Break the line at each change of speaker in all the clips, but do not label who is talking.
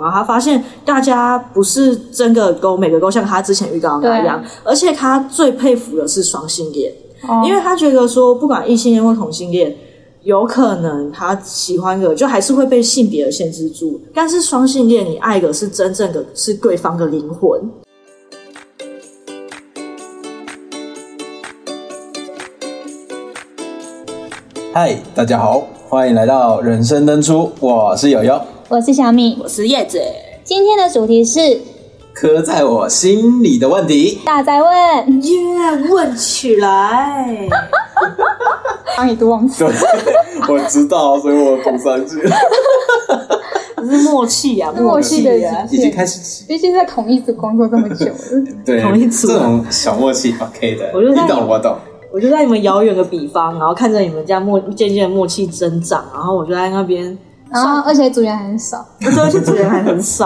然后他发现大家不是真的勾每个勾像他之前预告的那样，而且他最佩服的是双性恋，
哦
因为他觉得说不管异性恋或同性恋，有可能他喜欢的就还是会被性别而限制住，但是双性恋你爱的是真正的是对方的灵魂，
嗨，大家好，欢迎来到人生登出，我是友友，
我是小米，
我是叶子。
今天的主题是
刻在我心里的问题。
大灾问，
耶、问起来，
帮你读忘词。
对， 我知道，所以我补上去，
这是默契啊，
默契
契
的
啊
极
已经
限，
开始起。
毕竟在同一组工作这么 久了，
对，
同一组啊
这种小默契，OK 的，
我就在
你懂我懂。
我就在你们遥远的彼方，然后看着你们这样默渐渐地默契增长，然后我就在那边，
然后而且组员很少，
我这去组员还很 少，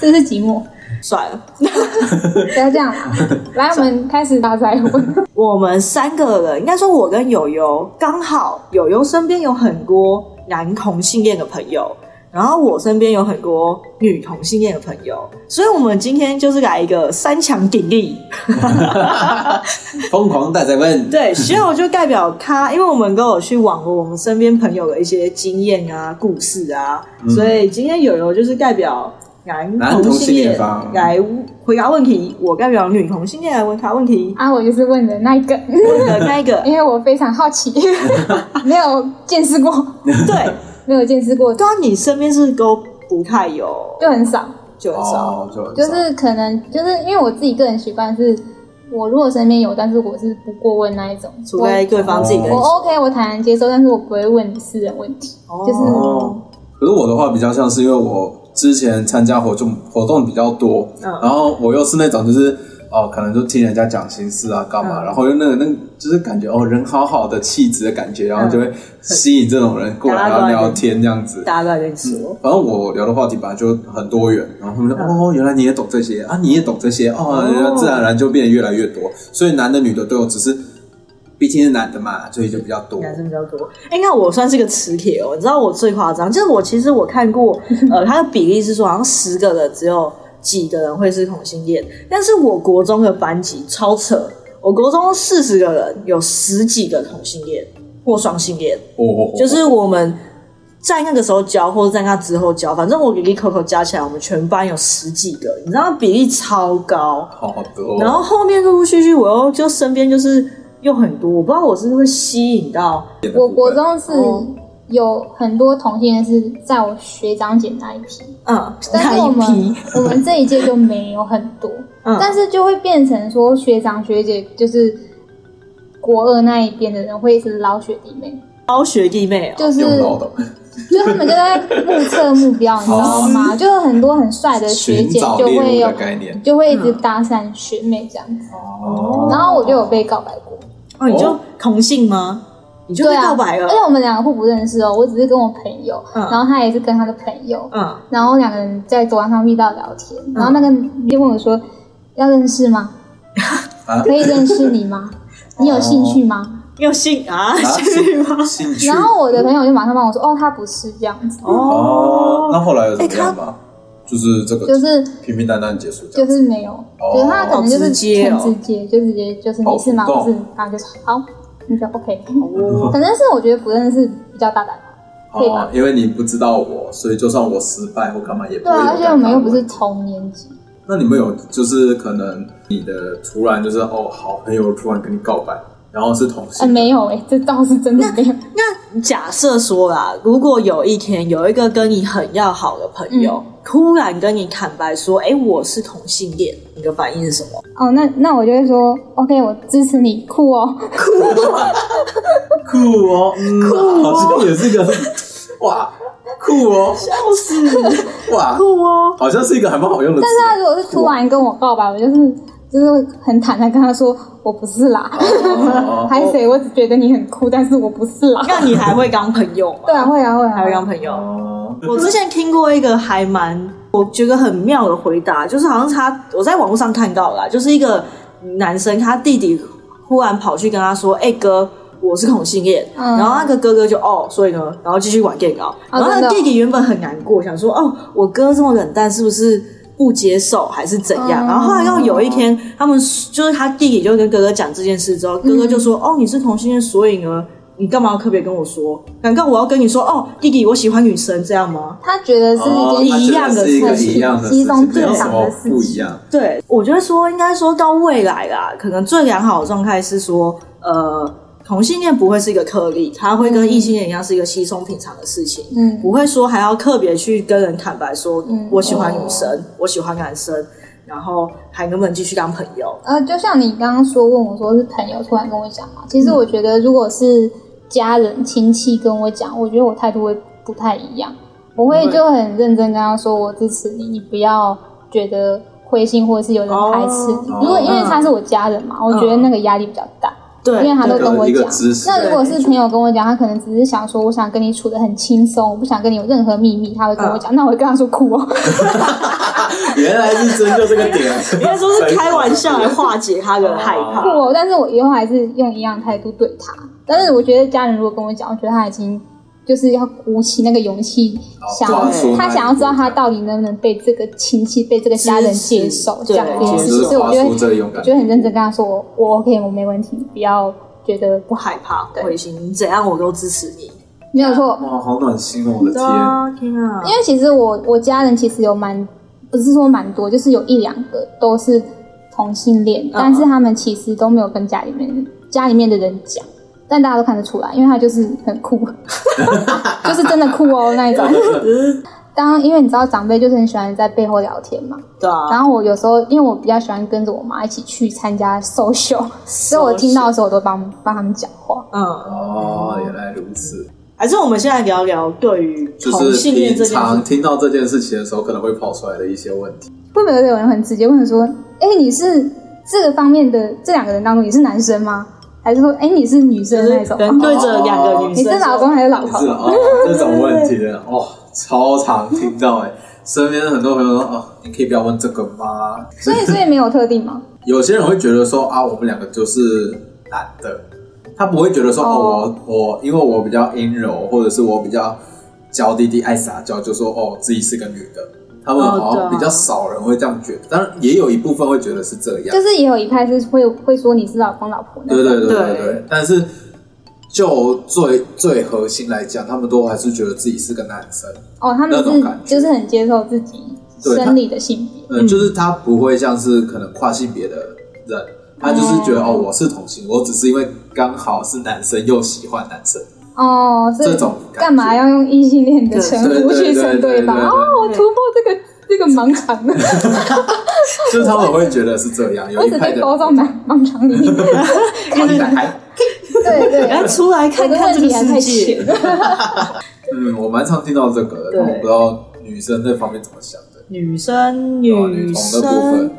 这是寂寞，
算了。
不要这 样啦。来，我们开始大灾问。。
我们三个人，应该说我跟友友刚好，友友身边有很多男同性恋的朋友，然后我身边有很多女同性恋的朋友，所以我们今天就是来一个三强鼎 立。
疯狂大在问，
对，所以我就代表他，因为我们都有去网络我们身边朋友的一些经验啊、故事啊，所以今天友友就是代表男
嗯男同性
性
恋
恋
方
来回答问题，我代表女同性恋来问他问题
啊，我就是问的那一个，
问的那一个，
因为我非常好 奇，没有见识过，
对，
没有见识过，
对啊，你身边是都不太有，
就很少。
就很少。
哦，就
就是可能就是因为我自己个人习惯是，我如果身边有，但是我是不过问那一种，
除非对方自己跟你
我我
说，
OK，我坦然接受，但是我不会问你私人问题，
哦
就是
哦，可是我的话比较像是因为我之前参加活动活动比较多，
嗯
然后我又是那种就是哦，可能就听人家讲心事啊，干嘛，
嗯
然后又那个那个就是感觉哦，人好好的气质的感觉，然后就会
嗯
吸引这种人过来
大家
然
都
后
来
聊
跟
天这样子。
大家都在跟你说，
反正我聊的话题本来就很多元，然后他们说、哦，原来你也懂这些啊，你也懂这些哦，
嗯哦
然后自然而然就变得越来越多，所以男的女的都有，只是毕竟是男的嘛，所以就比较多。
男生比较多。哎、那我算是个磁铁哦，你知道我最夸张，就是我其实我看 过，呃，它的比例是说好像十个人只有几个人会是同性恋，但是我国中的班级超扯，我国中四十个人有十几个同性恋或双性恋。
哦，
就是我们在那个时候教，或者在那之后教，反正我给 i c o 加起来，我们全班有十几个，你知道比例超高。
好多。
然后后面陆陆续续，我又就身边就是又很多，我不知道我是会吸引到
我国中是
哦
有很多同性恋是在我学长姐那一批，
嗯
但
那
是我
一批
们我们这一届就没有很多，
嗯
但是就会变成说学长学姐就是国二那一边的人会一直捞学弟妹，
高学弟妹哦，
就是
用脑的。
就他们就在目测目标，你知道
哦
吗？就很多很帅的学
寻
姐
找
就
猎
会
物
有
的，概念。
就会一直搭讪学妹这样子。
嗯
哦
然后我就有被告白过，
哦，你就
哦
同性吗？你就被
对啊，
告白
而且
了，
我们两个互不认识哦，我只是跟我朋友，
嗯
然后他也是跟他的朋友，
嗯，
然后两个人在走廊上遇到聊天，然后那个女就问我说：“要认识吗？
啊
可以认识你吗？你有兴趣吗
你有性啊
啊
兴趣吗？
兴趣？”
然后我的朋友就马上帮我说：“哦，他不是这样子，
哦，那
哦，
后来有怎么样吗？就是这个
哎就是
平平淡淡结束这
就
样。
是没有，
哦
就是他可能就是
好直接哦
很直接，就直接就是你是吗？
好主
我
动
是，然后就说好，你就 OK。
哦
反正是我觉得不认识比较大胆吧，啊对吧
哦，因为你不知道我，所以就算我失败或干嘛也不
对
会有
啊，而且我们又不是
尴尬嘛
同年级，
那你们有就是可能你的突然就是哦，好朋友突然跟你告白，然后是同
哎，
性，
没有哎，这倒是真的没有，
那假设说啦，如果有一天有一个跟你很要好的朋友，突然跟你坦白说：“哎、我是同性恋。”你的反应是什么？
哦，那那我就会说 OK，我支持你，酷哦。
酷哦，酷哦，好像也是一个哇，酷哦，
笑死，
哇，
酷哦！
好像是一个还蛮好用的词。
那如果是突然跟我告白，我就是就是很坦然跟他说我不是啦，
哦
还谁？我只觉得你很酷，但是我不是啦。
那你还会当朋友吗？
对啊，会啊会啊，
还会当朋友。
哦
我之前听过一个还蛮我觉得很妙的回答，就是好像他我在网络上看到啦，就是一个男生他弟弟忽然跑去跟他说：“哎、哥，我是同性恋，
嗯
然后那个哥哥就哦，所以呢，然后继续玩 gay 搞，然后那
真的
个
哦
gay 弟原本很难过，想说哦，我哥这么冷淡，是不是？不接受还是怎样？
嗯
然后后来又有一
哦
天，他们就是他弟弟就跟哥哥讲这件事之后，
嗯
哥哥就说：“哦，你是同性恋，所以呢，你干嘛要特别跟我说？难道我要跟你说哦，弟弟我喜欢女生这样吗？”
他觉得是
哦，
一
他
件
一
觉得
样的
是一个
事情
一样的事
稀松
情，没有
平
什
常
么
的事
不一
情
样。
对，我觉得说应该说到未来啦，可能最良好的状态是说，呃，同性恋不会是一个特例，它会跟异性恋一样是一个稀松平常的事情，
嗯
不会说还要特别去跟人坦白说，
嗯
我喜欢女生，我喜欢男生，然后还能不能继续当朋友？
呃，就像你刚刚说问我说是朋友突然跟我讲嘛，其实
嗯
我觉得如果是家人亲戚跟我讲，我觉得我态度会不太一样，我会
对
就很认真跟他说我支持你，你不要觉得灰心或者是有人排斥你，
哦
如果因为
嗯
他是我家人嘛，我觉得那个压力比较大。
对，
因为他都
对
跟我
一个
讲
知识。
那如果是朋友跟我讲，他可能只是想说，我想跟你处的很轻松，我不想跟你有任何秘密，他会跟
嗯
我讲，那我会跟他说哭哦。
原来是针灸这个点，
应该说是开玩笑来化解他的害怕。
不哦，但是我以后还是用一样的态度对他。但是我觉得家人如果跟我讲，我觉得他已经就是要鼓起那个勇气，想要
对
说
他
那
想
一
要
步
知道他到底能不能被这个亲戚、被这个家人接受
支持
这样这件事
就
情。
是
所以我
发
觉
出这
得，
个勇
我
敢
觉，得很认真跟他说，我我 OK，我没问题，不要觉得
不害怕
对
灰心，你怎样我都支持你。
没有错。
哇，好暖心哦！我的
对
天，
啊，天啊！
因为其实我我家人其实有蛮，不是说蛮多，就是有一两个都是同性恋，但是他们其实都没有跟家里面人家里面的人讲，但大家都看得出来，因为他就是很酷，就是真的酷哦那一种。当因为你知道长辈就是很喜欢在背后聊天嘛，
对啊，
然后我有时候因为我比较喜欢跟着我妈一起去参加 social，所以我听到的时候我都帮帮他们讲话。
嗯，
哦，原来如此，
还是我们现在聊聊对于
就
同
是
性恋
平
这件事
常听到这件事情的时候，可能会跑出来的一些问题。
会不会有人很直接问说：“哎、你是这个方面的这两个人当中，你是男生吗？还是说，哎、你是女
就
生
是
那种？哦
人对着两个女
你
生说，
是老公还是老
也
婆
是？哦，这种问题的哦，超常听到哎，身边很多朋友说哦，你可以不要问这个吗？
所以，所以没有特定 吗？
有些人会觉得说啊，我们两个就是男的，他不会觉得说哦
哦，
我我因为我比较阴柔，或者是我比较娇滴滴爱撒娇，就说哦自己是个女的。他们
哦
好
对啊
像比较少人会这样觉得，当然也有一部分会觉得是这样
就。是也有一派是会会说你是老公老婆那
对
种。
对对
对
对对，但是就最最核心来讲，他们都还是觉得自己是个男生。
哦，他们
那种感
是
觉
就是很接受自己
对
生理的性别。
嗯，就是他不会像是可能跨性别的人，他就是觉得哦，我是同性，我只是因为刚好是男生又喜欢男生
哦，所以
这种感觉
干嘛要用异性恋的称呼去称方？
对对对对对对
哦，我突破这个这个盲肠了，
就是他们会觉得是这 样，有
我
一
只
派
被
的
包到盲盲肠 里面。
扛打开。
对对，
然后出来看看这个
我的
世界
问题。
嗯，我蛮常听到这个的，
对
但我不知道女生这方面怎么想的。
女生，
哦女同的部
生
分，，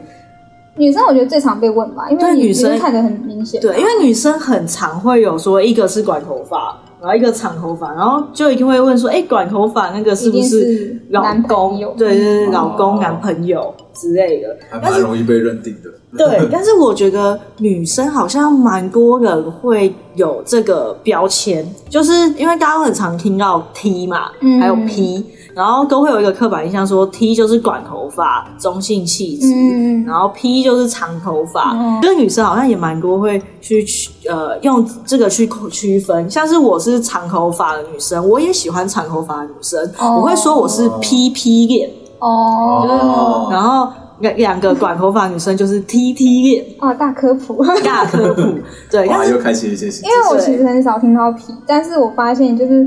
女生我觉得最常被问吧，因为
对
女
女生
看得很明显。
对，因为女生很常会有说，一个是管头发，然后一个长头发，然后就一定会问说，哎，管头发那个是不
一定是
老
男
公
朋友？嗯
对对对，
哦
老公、男朋友之类的。
还蛮容易被认定的。
对，但是我觉得女生好像蛮多人会有这个标签，就是因为大家很常听到 T 嘛，
嗯
还有 P，然后都会有一个刻板印象说 T 就是短头发、中性气质，
嗯嗯嗯
然后 P 就是长头发。
嗯
这个女生好像也蛮多会去区呃用这个去区分，像是我是长头发的女生，我也喜欢长头发的女生，
哦
我会说我是 PP 恋，
哦
哦
然后两两个短头发女生就是 TT 恋。
哦，大科普。
大科普，对，
哇，
但是
又开启一些新知
因为我其实很少听到皮，但是我发现就是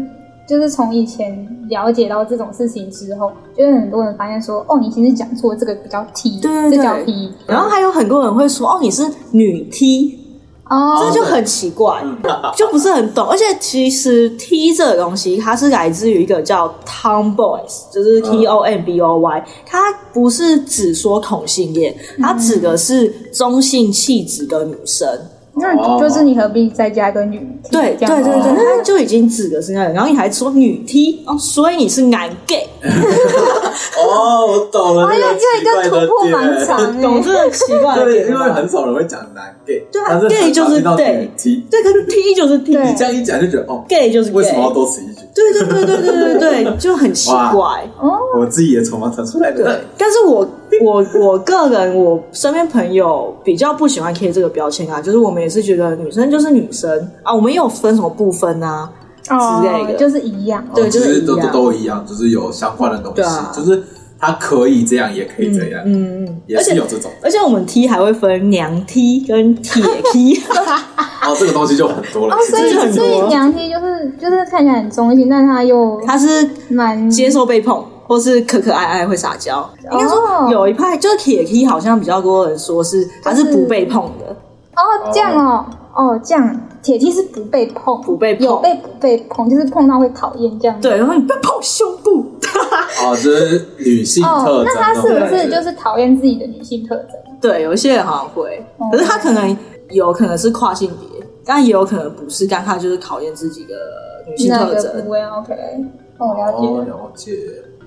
就是从以前了解到这种事情之后，就是很多人发现说，哦，你其实讲错这个比较 T，
对对对
这叫 P，
然后还有很多人会说哦，你是女 T，这
哦，
就很奇怪，就不是很懂。而且其实 T 这个东西，它是来自于一个叫 Tomboys，就是
嗯
T O M B O Y，它不是只说同性恋，它指的是中性气质的女生。
那就是你何必再加一个女 T？
哦对
嗯这
对
样
对对，
子
哦
它就已经指的
嗯
是那个，然后你还说女 T 哦，所以你是男 gay，
哦，我懂走了
哎呀，
这
这个
个奇怪
突
的
破盲
点
肠
懂这
哎，
个奇怪的
对，
点
因为
吗？
很少人会讲男 gay，
对啊
但是
gay 就是
很少听到
gay
女 T，
对，可是 T 就是 T，
对
你这样一讲就觉得哦，
gay 就是 gay，
为什么要多此一举？
对对对对对对对，就很奇怪。
我自己也从盲肠出来
对
的，，
但是我我我个人，我身边朋友比较不喜欢 K 这个标签啊，就是我们也是觉得女生就是女生啊，我们也有分什么不分啊，
哦
之类的哦
就是一样。
对
其
就是
实
一
哦都
样
都一样，就是有相关的东
对
西
啊，
就是他可以这样，也可以这样，
嗯嗯，
也
而
是
且
有这种
而且我们 T 还会分娘 T 跟铁 T，
哦，这个东西就很多了
哦，，
其
所
实
这就
以
很
所以
多
娘梯就是就是看起来很中性，但他又
他是
蛮
接受被碰，或是可可爱爱会撒娇。应该说有一派就是铁 T，好像比较多人说是他是不被碰的，
哦，这样哦，哦，这样，铁梯是不被碰，
不被碰
有被不被碰，就是碰到会讨厌这样。，哦
对，然后你被碰胸部，
哦，就是女性
哦
特，
那
征
他
那
是
种
不
感觉，
是就是讨厌自己的女性特征？
对，有一些人好像会
哦，
可是他可能有可能是跨性别，但也有可能不是，但他就是考验自己的女性
那
特
个
征
不。会，OK，哦，了
哦，
解，
了解，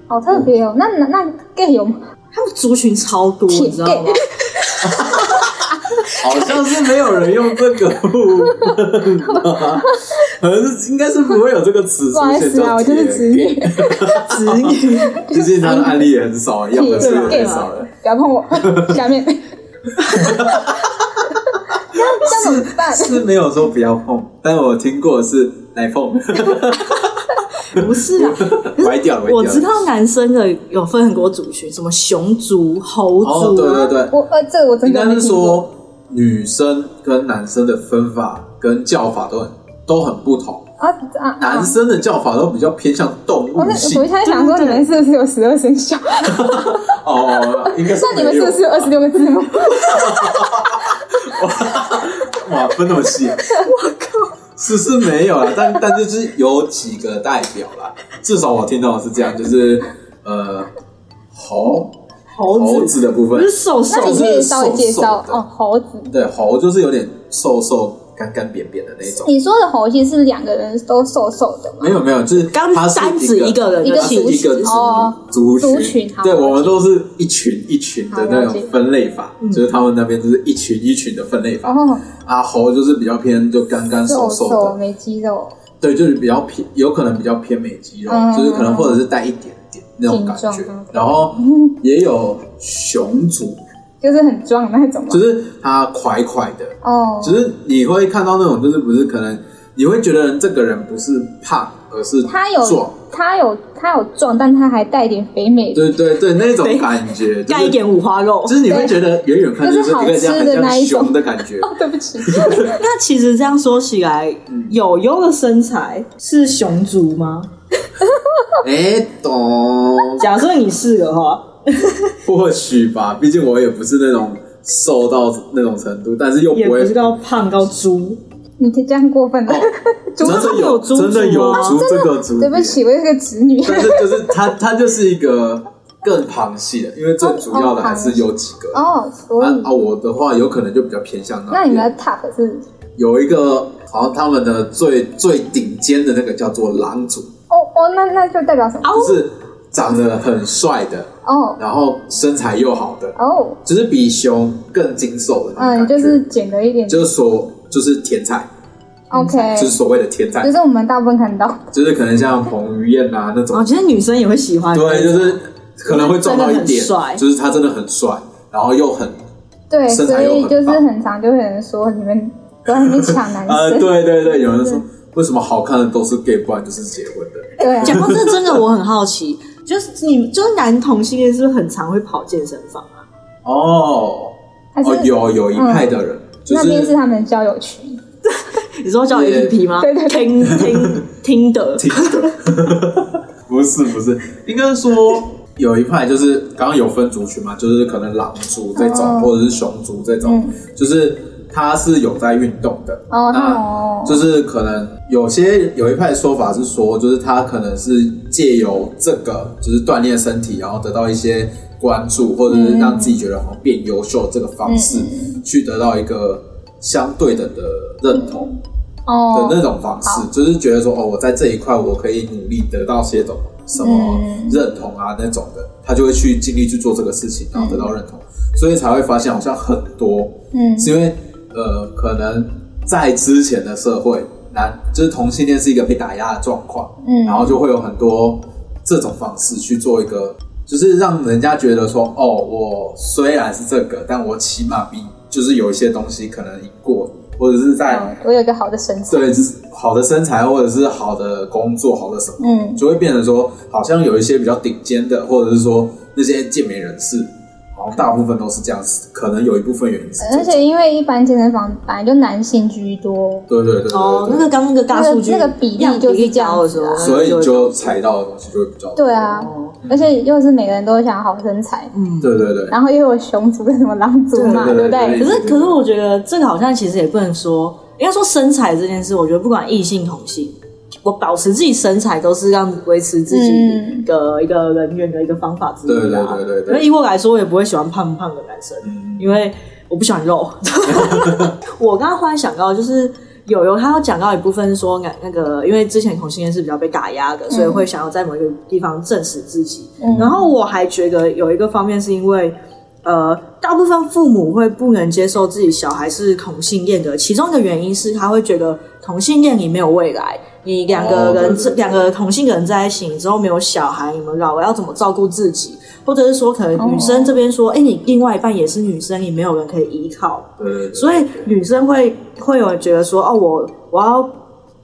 好特别哦。那那那 gay 有吗？
他们族群超多，
铁
你知道吗？
好像是没有人用这 个部分吧，可能是应该是不会有这个词
不
出
好意
现，
思啊，我就是直女，
直 女，
毕竟他的案例也很少，
嗯
用的是
对
很
啊
少的。
不要碰 我，下面。那那怎么办？
是没有说不要碰，但我听过的是来碰，
不是 啊。
歪掉了，歪掉了。
我知道男生的有分很多族群，什么熊族、猴
哦，
族，
对对对，
我呃，这个我真
应
的
该
没
是
听过。
说女生跟男生的分法跟叫法都很都很不同，
啊啊啊
男！生的叫法都比较偏向动
我
物
是
性
我。现在想说，你们是不是有十二生肖？
哦，应该是
那你们
没
是
有
不是有二十六个字母？
哇，分那么细，我靠，是是没有啦，但但就是有几个代表啦，至少我听到的是这样，就是呃猴
猴
猴
子
子的部
不
分
是，瘦瘦
那你
的，
可以稍微介绍
瘦瘦的
哦，猴子。
对猴就是有点瘦瘦干干扁扁的那种，
你说的猴其实是两个人都瘦瘦的嘛？
没有没有，就是
刚
它
单
是
指一个人
一
的
个
它是
性
族
一
质
群
个
哦
族
族
群
群好，
对
了解
我们都是一群一群的那
好了解
种分类法，就是他们那边就是一群一群的分类法
然。后
啊，猴就是比较偏就干干瘦
瘦
瘦
哦瘦
的，
没肌肉，
对，就是比较偏，有可能比较偏美肌肉，
嗯
就是可能或者是带一点点那种感觉
健壮。
然后也有熊族，
就是很壮的那种嘛
就。是它块块的，
哦，
只是你会看到那种就是不是可能你会觉得这个人不是胖，而是
他有
壮。
他有他有壮，但他还带一点肥美，
对对对，那种
对
感觉，就是
盖一点五花肉
就。是你会觉得远远看
对
就是一个这
就是好
样
吃的
很
那一
像
种
熊的感觉，
哦，对不起，
那其实这样说起来，
嗯
有优的身材是熊族吗？
哎，懂？
假设你是的话，
或许吧，毕竟我也不是那种瘦到那种程度，但是又
也
不
不
会
是到胖到猪，
你这样过分了
哦，
猪
真的有
猪
真的有
猪
猪这个族，
哦对不起，，我是个直女。
但是就是它它就是一个更旁系的，因为最主要的还是有几个。
哦，所
啊
以
啊！我的话有可能就比较偏向
那
那
你
边
们的 top 是
有一个，好像他们的最最顶尖的那个叫做狼族，
哦哦，那那就代表什么？
哦
就是长得很帅的，
哦
然后身材又好的，
哦，
就是比熊更精瘦的那
嗯，
种感觉，
就是减了一点
就是所就是天才，
，OK，
就是啊所谓的天才
就，是我们大部分看到，
就是可能像彭于晏啊那
哦，
种，
其实女生也会喜欢。
对，就是可能会撞到一
真的
点
很帅，
就是他真的很帅，然后又很
对，
身
所
材又
以
很
就是
棒
很常就会有人说你们都很去抢男
呃，
生，
对对对，有人说为什么好看的都是 gay，不然就是结婚的，
对啊，
讲到这，真的我很好奇，就是你就是男同性恋是不是很常会跑健身房啊？
哦
还是
哦，有有一派的人就
那边是
是
他们的交友群，
你说叫
对
A P P 吗？
对对对
听听听的，
听的，不是不是，应该说有一派就是刚刚有分族群嘛，就是可能狼族这种，
哦
或者是熊族这种，就是他是有在运动的。
哦他们
那
哦
就是可能有些有一派的说法是说，就是他可能是借由这个就是锻炼身体，然后得到一些关注，或者是让自己觉得好像变优秀这个方式，去得到一个相对等的认同。的
哦，
那种方式，就是觉得说哦，我在这一块我可以努力得到些种什么
嗯
认同啊那种的，他就会去尽力去做这个事情，然后得到认同，所以才会发现好像很多
嗯
是因为呃，可能在之前的社会，男就是同性恋是一个被打压的状况，
嗯，
然后就会有很多这种方式去做一个，就是让人家觉得说，哦，我虽然是这个，但我起码比就是有一些东西可能赢过你，或者是在、
哦我有一个好的身材，
对，就是好的身材，或者是好的工作，好的什么，
嗯
就会变成说，好像有一些比较顶尖的，或者是说那些健美人士，好像大部分都是这样子，可能有一部分原因是这
而
样。
且因为一般健身房本来就男性居多，
对对对对对
哦，那个刚那个大数据
那个那个比例
样
就是这样
高的时候，
子啊
所以你就踩到的东西就会比较多。
对啊，
哦
而且又是每个人都想好身材，
嗯，
对对对，
然后又有熊族跟什么狼族嘛，
对
对
对
不对
对
可？是，可是我觉得这个好像其实也不能说，应该说身材这件事，我觉得不管异性同性，我保持自己身材都是让维持自己
嗯
的一个人缘的一个方法之一啦。
对对对对对
那以我来说，我也不会喜欢胖胖的男生，
嗯
因为我不喜欢肉。我刚刚忽然想到，就是有有他有讲到一部分是说，那个因为之前同性恋是比较被打压的，所以会想要在某一个地方证实自己。
嗯
然后我还觉得有一个方面是因为。呃，大部分父母会不能接受自己小孩是同性恋的，其中一个原因是他会觉得同性恋你没有未来，你两
哦
个
对
人
对
这
对
两个同性人在一起，你之后没有小孩，你们老了要怎么照顾自己？或者是说，可能女
哦
生这边说，哎、你另外一半也是女生，你没有人可以依靠，
对对对，
所以女生会会有觉得说，哦，我我要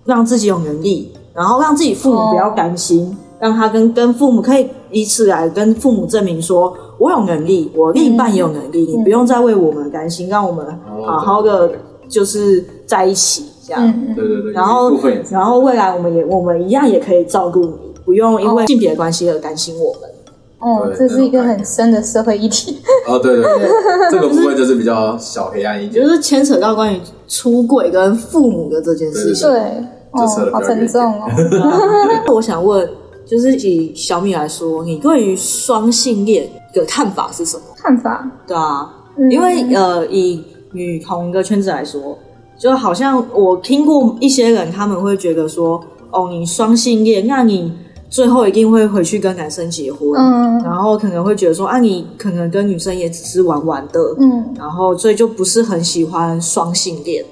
让自己有能力，然后让自己父母不要担心，让他跟跟父母可以以此来跟父母证明说，我有能力，我另一半也有能力，你不用再为我们担心，让我们
哦
好好的就是在一起这样。
嗯嗯
对对对，
然
有一
后
部分也，是
然后未来我们也我们一样也可以照顾你，不用因为性别的关系而担心我们。
哦，
对
这是一个很深的社会议题。
哦，对对对，这个部分就是比较小黑暗一
也
点，
就是牵扯到关于出轨跟父母的这件事情。
对，
这扯
哦
得，比较
好沉重哦。
那我想问，就是以小米来说，你对于双性恋的看法是什么？
看法，
对啊，
嗯
因为呃，以女同的圈子来说，就好像我听过一些人，他们会觉得说，哦，你双性恋，那你最后一定会回去跟男生结婚，
嗯
然后可能会觉得说，啊，你可能跟女生也只是玩玩的，
嗯，
然后所以就不是很喜欢双性恋。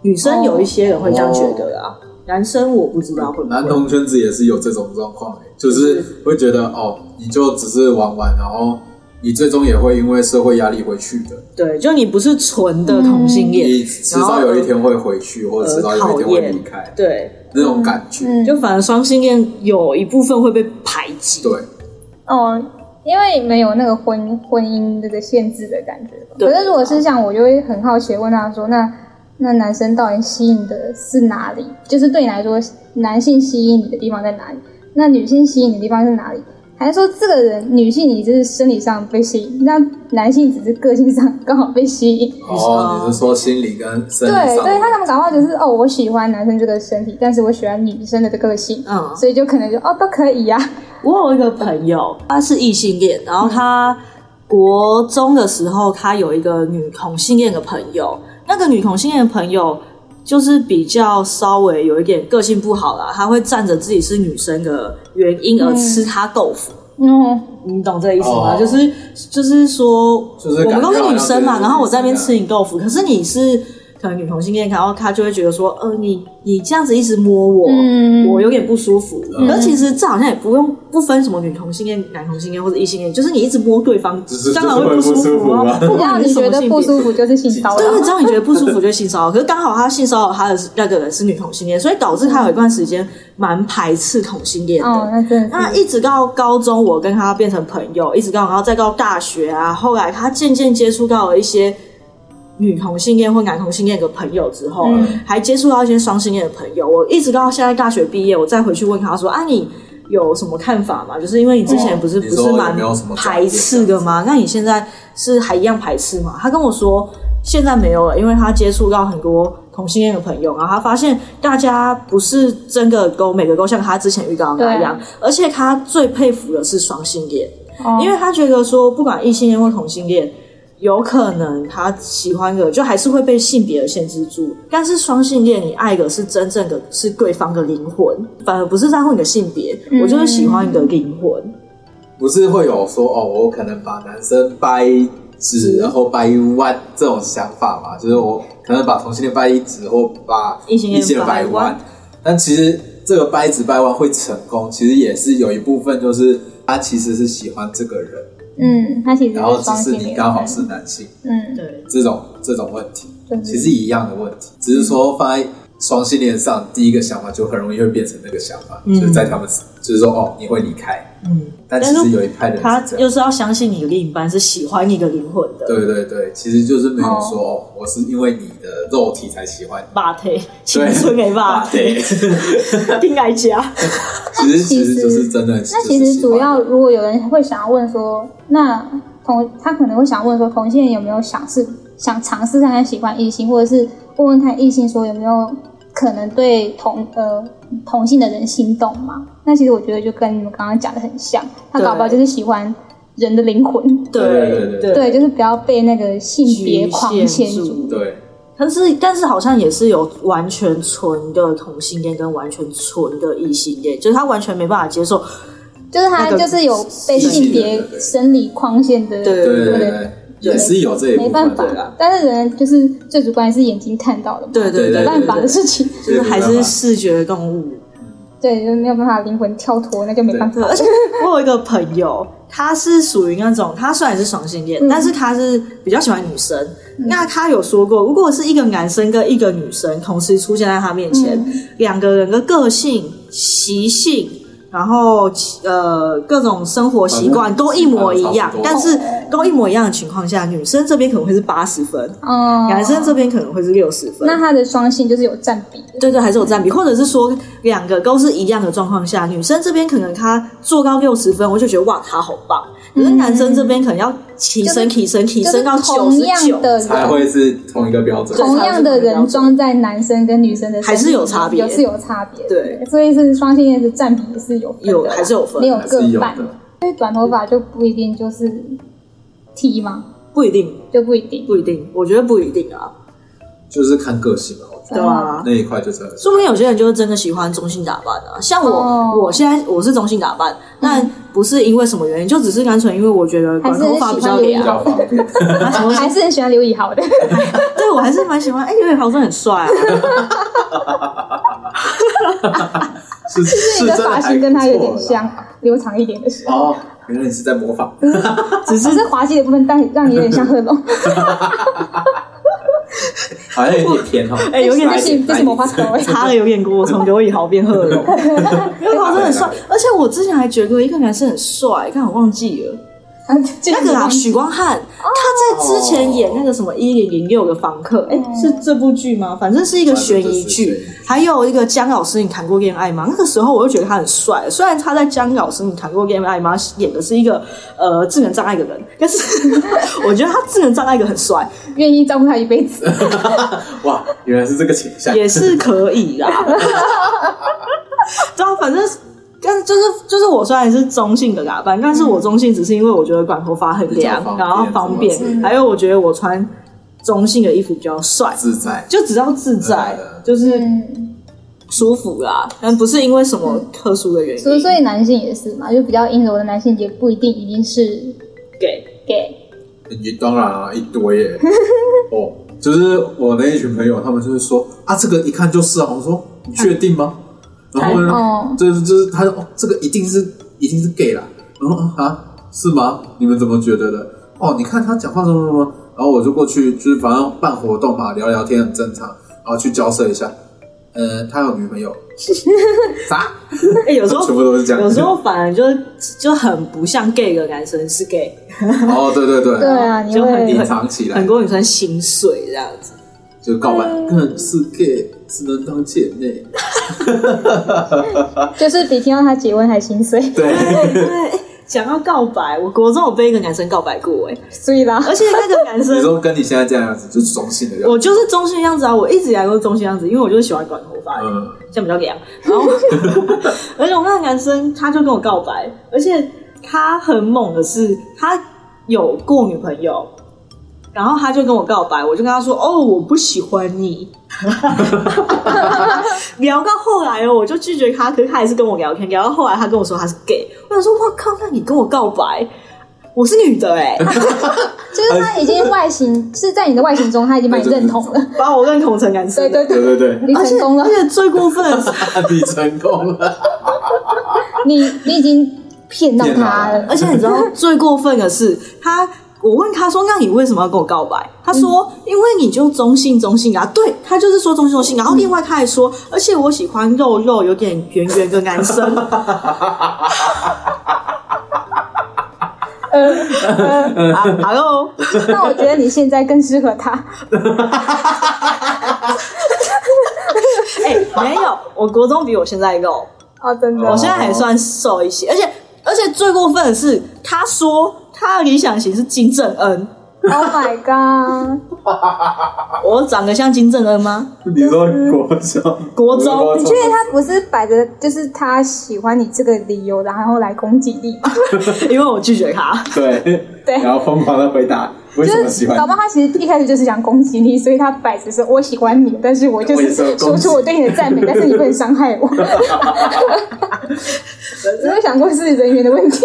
女生有一些人会这样觉得啊，男生我不知道会不会。
男同圈子也是有这种状况、欸，就是会觉得哦，你就只是玩玩，然后你最终也会因为社会压力回去的，
对，就你不是纯的同性恋，
你迟早有一天会回去，或者迟早有一天会离开，
对，
那种感觉，
嗯
就反而双性恋有一部分会被排挤。
对，
哦，因为没有那个婚婚姻这个限制的感觉吧。
对
可是如果是像我，就会很好奇地问他说，那那男生到底吸引的是哪里？就是对你来说，男性吸引你的地方在哪里？那女性吸引你的地方是哪里？还是说这个人女性你就是生理上被吸引，那男性只是个性上刚好被吸引？
哦，你是说心理跟生
对
理上
对，他们搞不好就是哦，我喜欢男生这个身体，但是我喜欢女生的这个个性，
嗯
所以就可能就哦都可以呀、
我有一个朋友，他是异性恋，然后他国中的时候，他有一个女同性恋的朋友，那个女同性恋的朋友就是比较稍微有一点个性不好啦，他会仗着自己是女生的原因而吃她豆腐。
嗯，
你懂这意思吗？
哦
就是就是说，
就是
我
感
们
觉
都是女生嘛，
好像
然后我在那边
对对
吃你豆腐，可是你是可能女同性恋，然后他就会觉得说，呃，你你这样子一直摸我，
嗯
我有点不舒服。
嗯
可是其实这好像也不用不分什么女同性恋、男同性恋或者异性恋，就是你一直摸对方
只是，
当然会舒
就是会不舒服
啊
啊，
不
只要
管
你
是什
觉
么
得
性
不
别。
舒服啊就是性骚扰
对，。只要你觉得不舒服就是性骚扰。可是刚好他性骚扰他的那个人是女同性恋，所以导致他有一段时间蛮排斥同性恋的。
哦，那真的
那
是，
一直到高中，我跟他变成朋友，一直到然后再到大学啊，后来他渐渐接触到了一些女同性恋或男同性恋的朋友之后，
嗯
还接触到一些双性恋的朋友。我一直到现在大学毕业，我再回去问他说：“啊，你有什么看法吗？就是因为你之前不是、
哦
不是蛮
你说有没有什么转
排
变
斥的吗？那你现在是还一样排斥吗？”他跟我说。现在没有了，因为他接触到很多同性恋的朋友，然后他发现大家不是真的都每个都像他之前预告的那
对
样，而且他最佩服的是双性恋，
哦
因为他觉得说，不管异性恋或同性恋，有可能他喜欢的就还是会被性别限制住，但是双性恋你爱的是真正的是对方的灵魂，反而不是在乎你的性别，
嗯
我就是喜欢你的灵魂。
不是会有说哦，我可能把男生掰直，然后掰弯这种想法嘛？就是我可能把同性恋掰直，或把
异性恋掰
掰
弯。
但其实这个掰直掰弯会成功，其实也是有一部分就是他其实是喜欢这个人，
嗯，他其实
然后
是
只
双
是
性
你
恋，
刚好是男性，
嗯，
对，
这种这种问题
对
其实一样的问题，只是说放在双性恋上，第一个想法就很容易会变成那个想法，
嗯
就是在他们就是说哦，你会离开，
嗯，
但其实有一派的人
他
是这样。
又是要相信你的另一半是喜欢你的灵魂的。
对对对，其实就是没有说、哦我是因为你的肉体才喜欢你。
霸体，青春给霸体，
对，
听来家，
其实其实就是真的。
那
那
其实主要，如果有人会想要问说，那同他可能会想问说，同性恋有没有想试想尝试看看喜欢异性，或者是问问看异性说有没有可能对同呃同性的人心动嘛？那其实我觉得就跟你们刚刚讲的很像，他搞不好就是喜欢人的灵魂，
对对对
对，就是不要被那个性别狂
局
牵
限
住。
住。
对
但是但是好像也是有完全纯的同性恋跟完全纯的异性恋，就是他完全没办法接受。
就是他就是有被性别生理框限的，
对
对对对
对
对，也是有这一
没
部
办
分
法
的啦。。
但是人就是最主观是眼睛看到的嘛，
对对
对
没
对，
办法的
对
事情，
对就是还
没办
是
法
视觉动物。
对，就是没有办法灵魂跳脱，那就没办法
对，。而且我有一个朋友，他是属于那种，他虽然是双性恋，
嗯
但是他是比较喜欢女生。那他有说过，如果是一个男生跟一个女生同时出现在他面前，
嗯
两个人的个性、习性，然后呃各种生活习惯
反正
都一模一样
差不多，
但是都一模一样的情况下，女生这边可能会是八十分，
嗯，
男生这边可能会是六十分。
那他的双性就是有占比的，
对对，还是有占比，或者是说两个都是一样的状况下，女生这边可能她做到六十分，我就觉得哇，她好棒。可是男生这边可能要提升、提升、提
嗯就是
升到九
同
十
样
九，
的
才
人。
会是同一个标准。
对
同样的人装在男生跟女生的身体
还是有差别
也是有差别的。
对
所以是双性恋是占比也是有分的啦
有还是有分
没有
还
各
是有
半。
的，
所以短头发就不一定就是 T 吗？
不一定，
就不一定。
不一定，我觉得不一定啊，
就是看个性了。我觉得
啊
对吧、
那一块就真的是
说不定有些人就是真的喜欢中性打扮啊，像我，
哦嗯
我现在我是中性打扮，但不是因为什么原因，就只是单纯因为我觉得
还
短
是
头发比较啊
喜
比
凉
欢
较方便。
还是很喜欢刘以豪 的，
对我还是蛮喜欢。哎、刘宇豪真的很帅啊，
是
你
是
的
真的
发
还
型
不
跟他有点
错啦
像。，留长一点的时候，
哦，原来你是在模仿。
只是
只是滑稽的部分，但让你有点像 贺龙，
好像有点偏哦。
哎有 点
这是这是魔法手 哎。
差的有点多，从刘以豪变贺龙。 刘以豪真的很帅，而且我之前还觉得一个男生很帅，看我忘记了
啊
那个啦，许光汉，他在之前演那个什么《一零零六的房客》，哎，是这部剧吗？反正是一个悬疑
反正
剧
就是悬疑。
还有一个姜老师，你谈过恋爱吗？那个时候我就觉得他很帅，虽然他在《姜老师你谈过恋爱吗》演的是一个呃智能障碍的人，但是 我觉得他智能障碍的很帅，
愿意照顾他一辈子，
哇，原来是这个倾 向。
也是可以 啦。对啊，反正但就是就是我虽然是中性的打扮，但是我中性只是因为我觉得短头发很凉
比较，方便
然后方便
什么之，
还有我觉得我穿中性的衣服比较帅。
自在，
就只要自在
对啊，
就是
嗯，
舒服啦，但不是因为什么特殊的原
嗯
因。
所以所以男性也是嘛，就比较阴柔的男性也不一定一定是
给
gay，
你当然啊，一堆 耶。哦，就是我那一群朋友，他们就会说啊，这个一看就是啊。我说你确定吗？
啊
然后
哦
呢，就是就是他说哦，这个一定是一定是 gay 啦。然后啊，是吗？你们怎么觉得的？哦，你看他讲话什么什么，然后我就过去，就是反正办活动嘛，聊聊天很正常，然后去交涉一下。呃，他有女 朋友，啥？
哎，有时候
全 部都是这样。
有时候反而就就很不像 gay 的男生是 gay，
哦，对对对，
对啊，你
就很
会
隐藏起来
很，多女生心碎这样子。
就告白，嗯，是 gay，只能当姐妹。
就是比听到他结婚还心 碎，
对，
对， 哎讲到告白，我国中我被一个男生告白过，哎，
所以啦，
而且那个男
你
生，
说跟你现在这样子，就是中性的样子，
我就是中性样子啊，我一直以来都是中性样子，因为我就是喜欢短头发，
嗯，
这样比较凉。然后， 而且我那个男生他就跟我告白，而且他很猛的是，他有过女朋友，然后他就跟我告白，我就跟他说：“哦，我不喜欢你。” 聊到后来哦，我就拒绝他，可是他还是跟我聊天。聊到后来，他跟我说他是 gay，我想说：“哇靠，那你跟我告白，我是女的哎、
就是他已经外形是在你的外形中，他已经把你认同了。
把我认同成男生。
对对
对
对，
对对，
你
而且
成功了
而，且最过分 的是，
你成功了，
你你已经骗到他
骗
了。
而且你知道最过分的是，他我问他说：“那你为什么要跟我告白？”他说：“
嗯
因为你就中性中性啊。”对他就是说中性中啊性，然后另外他还说：“而且我喜欢肉肉有点圆圆的男 生。
呃，
啊” Hello，
那我觉得你现在更适合他。
哎、没有，我国中比我现在肉，
哦，真的
我现在还算瘦一些，而且而且最过分的是，他说他的理想型是金正恩，
，Oh my god！啊
我长得像金正恩吗？
你说国中，
国中
你确定他不是摆着就是他喜欢你这个理由，然后来攻击你吗？
因为我拒绝他。
对
对
然后疯狂的回答为什么
就
喜
是，
欢
搞不好他其实一开始就是想攻击你，所以他摆着说我喜欢你，但是我就
我也是要
是
攻
说
击
出我对你的赞美，但是你不能伤害我。有没有想过是人员的问题？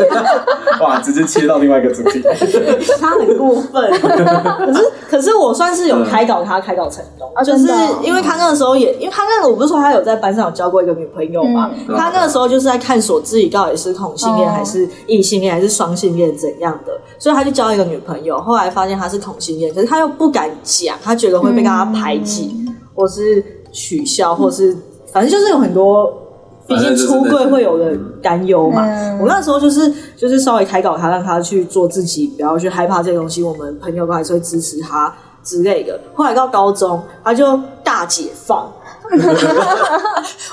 哇，直接切到另外一个主题，
他很过 分，可是可是我算是有开导他，开导成功，
啊
就是
真的哦
因为他那个时候也，因为他那个我不是说他有在班上有交过一个女朋友嘛，
嗯
他那个时候就是在探索自己到底是同性恋
哦
还是异性恋还是双性恋怎样的，所以他就交一个女朋友，后来发现他是同性恋，可是他又不敢讲，他觉得会被大家排挤、
嗯
或是取笑，或是反正就是有很多。毕
反正
竟
就是
出
那
柜
种
会有的担忧嘛，
嗯
我那时候就是就是稍微开导他，让他去做自己，不要去害怕这些东西。我们朋友都还是会支持他之类的。后来到高中，他就大解放。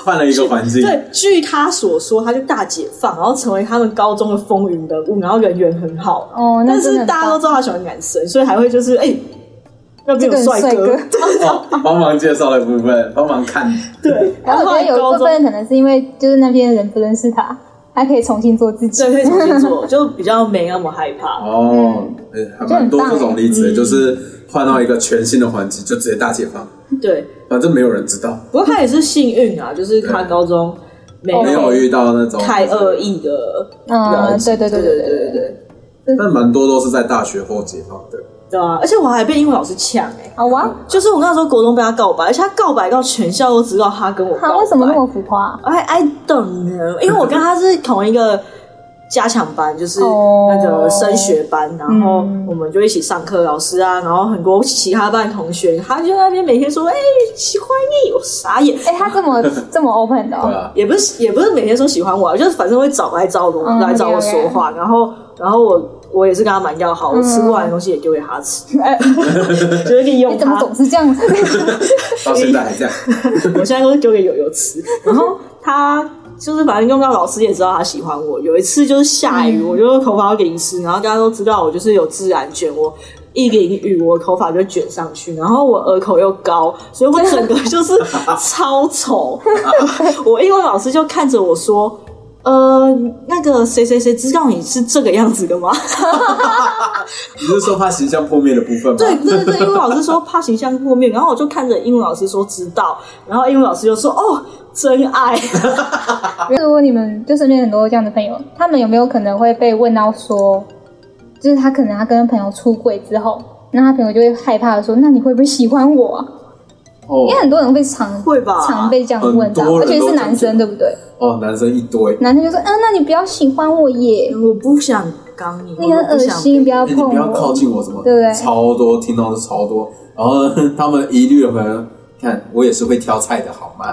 换了一个环
嗯
境，
对，据他所说，他就大解放，然后成为他们高中的风云人物，然后人缘很好。
哦，那
但
真的
是
很
大家都
棒
知道他喜欢男生，所以还会就是哎，那边
这个
有
很
帅
帅
哥
哥。
哦，帮忙介绍的部分，帮忙看，
对，然
但
后后
我觉得
来
有一
高
部
中
分可能是因为就是那边的人不认识他，他可以重新做自己。
对可以重新做，就比较没那么害怕。
哦，哎还蛮多这种例
欸嗯
子，就是换到一个全新的环境，就直接大解放，
对，
反正没有人知道，
不过他也是幸运啊，就是他
对
高中没
哦
没有遇到那种
太恶，意的
嗯，对对
对
对对
对
对
对
对对。
对，
但蛮多都是在大学后解放的，
对啊，而且我还被英文老师呛哎、欸，
好啊哇，
就是我那时候国中被他告白，而且他告白到全校都知道他跟我告白。
他啊为什么那么浮 夸？
I I don't know，因为我跟他是同一个加强班，就是
哦嗯
那个升学班，然后我们就一起上课，老师啊，然后很多其他班同学，他就在那边每天说，哎、喜欢你，我傻眼。
哎，他这么这么 open 的
对啊
哦，
吧？
也不是也不是每天说喜欢我、啊，就是反正会找来找我、
嗯
来找我说话，然后然后我我也是跟他蛮要好，
嗯
我吃过来的东西也丢给他吃，
哎，
就是利用
你怎么
他。
总是这 样子？
到现在 还这样，
我现在都是丢给友友吃。然后他就是反正用到老师也知道他喜欢我。有一次就是下雨，我就头发淋湿，然后大家都知道我就是有自然卷，我一淋雨我头发就卷上去，然后我额口又高，所以我整个就是超丑。我英文老师就看着我说。呃，那个谁谁谁知道你是这个样子的吗？
你是说怕形象破灭的部分吗？
对对对，英文老师说怕形象破灭，然后我就看着英文老师说知道，然后英文老师就说哦，真爱。
如果你们就身边很多这样的朋友，他们有没有可能会被问到说，就是他可能他跟朋友出轨之后，那他朋友就会害怕的说，那你会不会喜欢我啊？
哦
因为很多人会常
会吧
常被这样问到
很多，人
而且
都
是
这样
男生，
讲
对不对？
哦，男生一堆，
男生就说，嗯、那你不要喜欢我耶，
哎我不想刚你，
你很
我
恶
不想
心，不要
哎嗯你
碰
不要靠
我。
近我什么的，
对不对
超多听到的超多，然后呢他们一律可能看我也是会挑菜的好吗？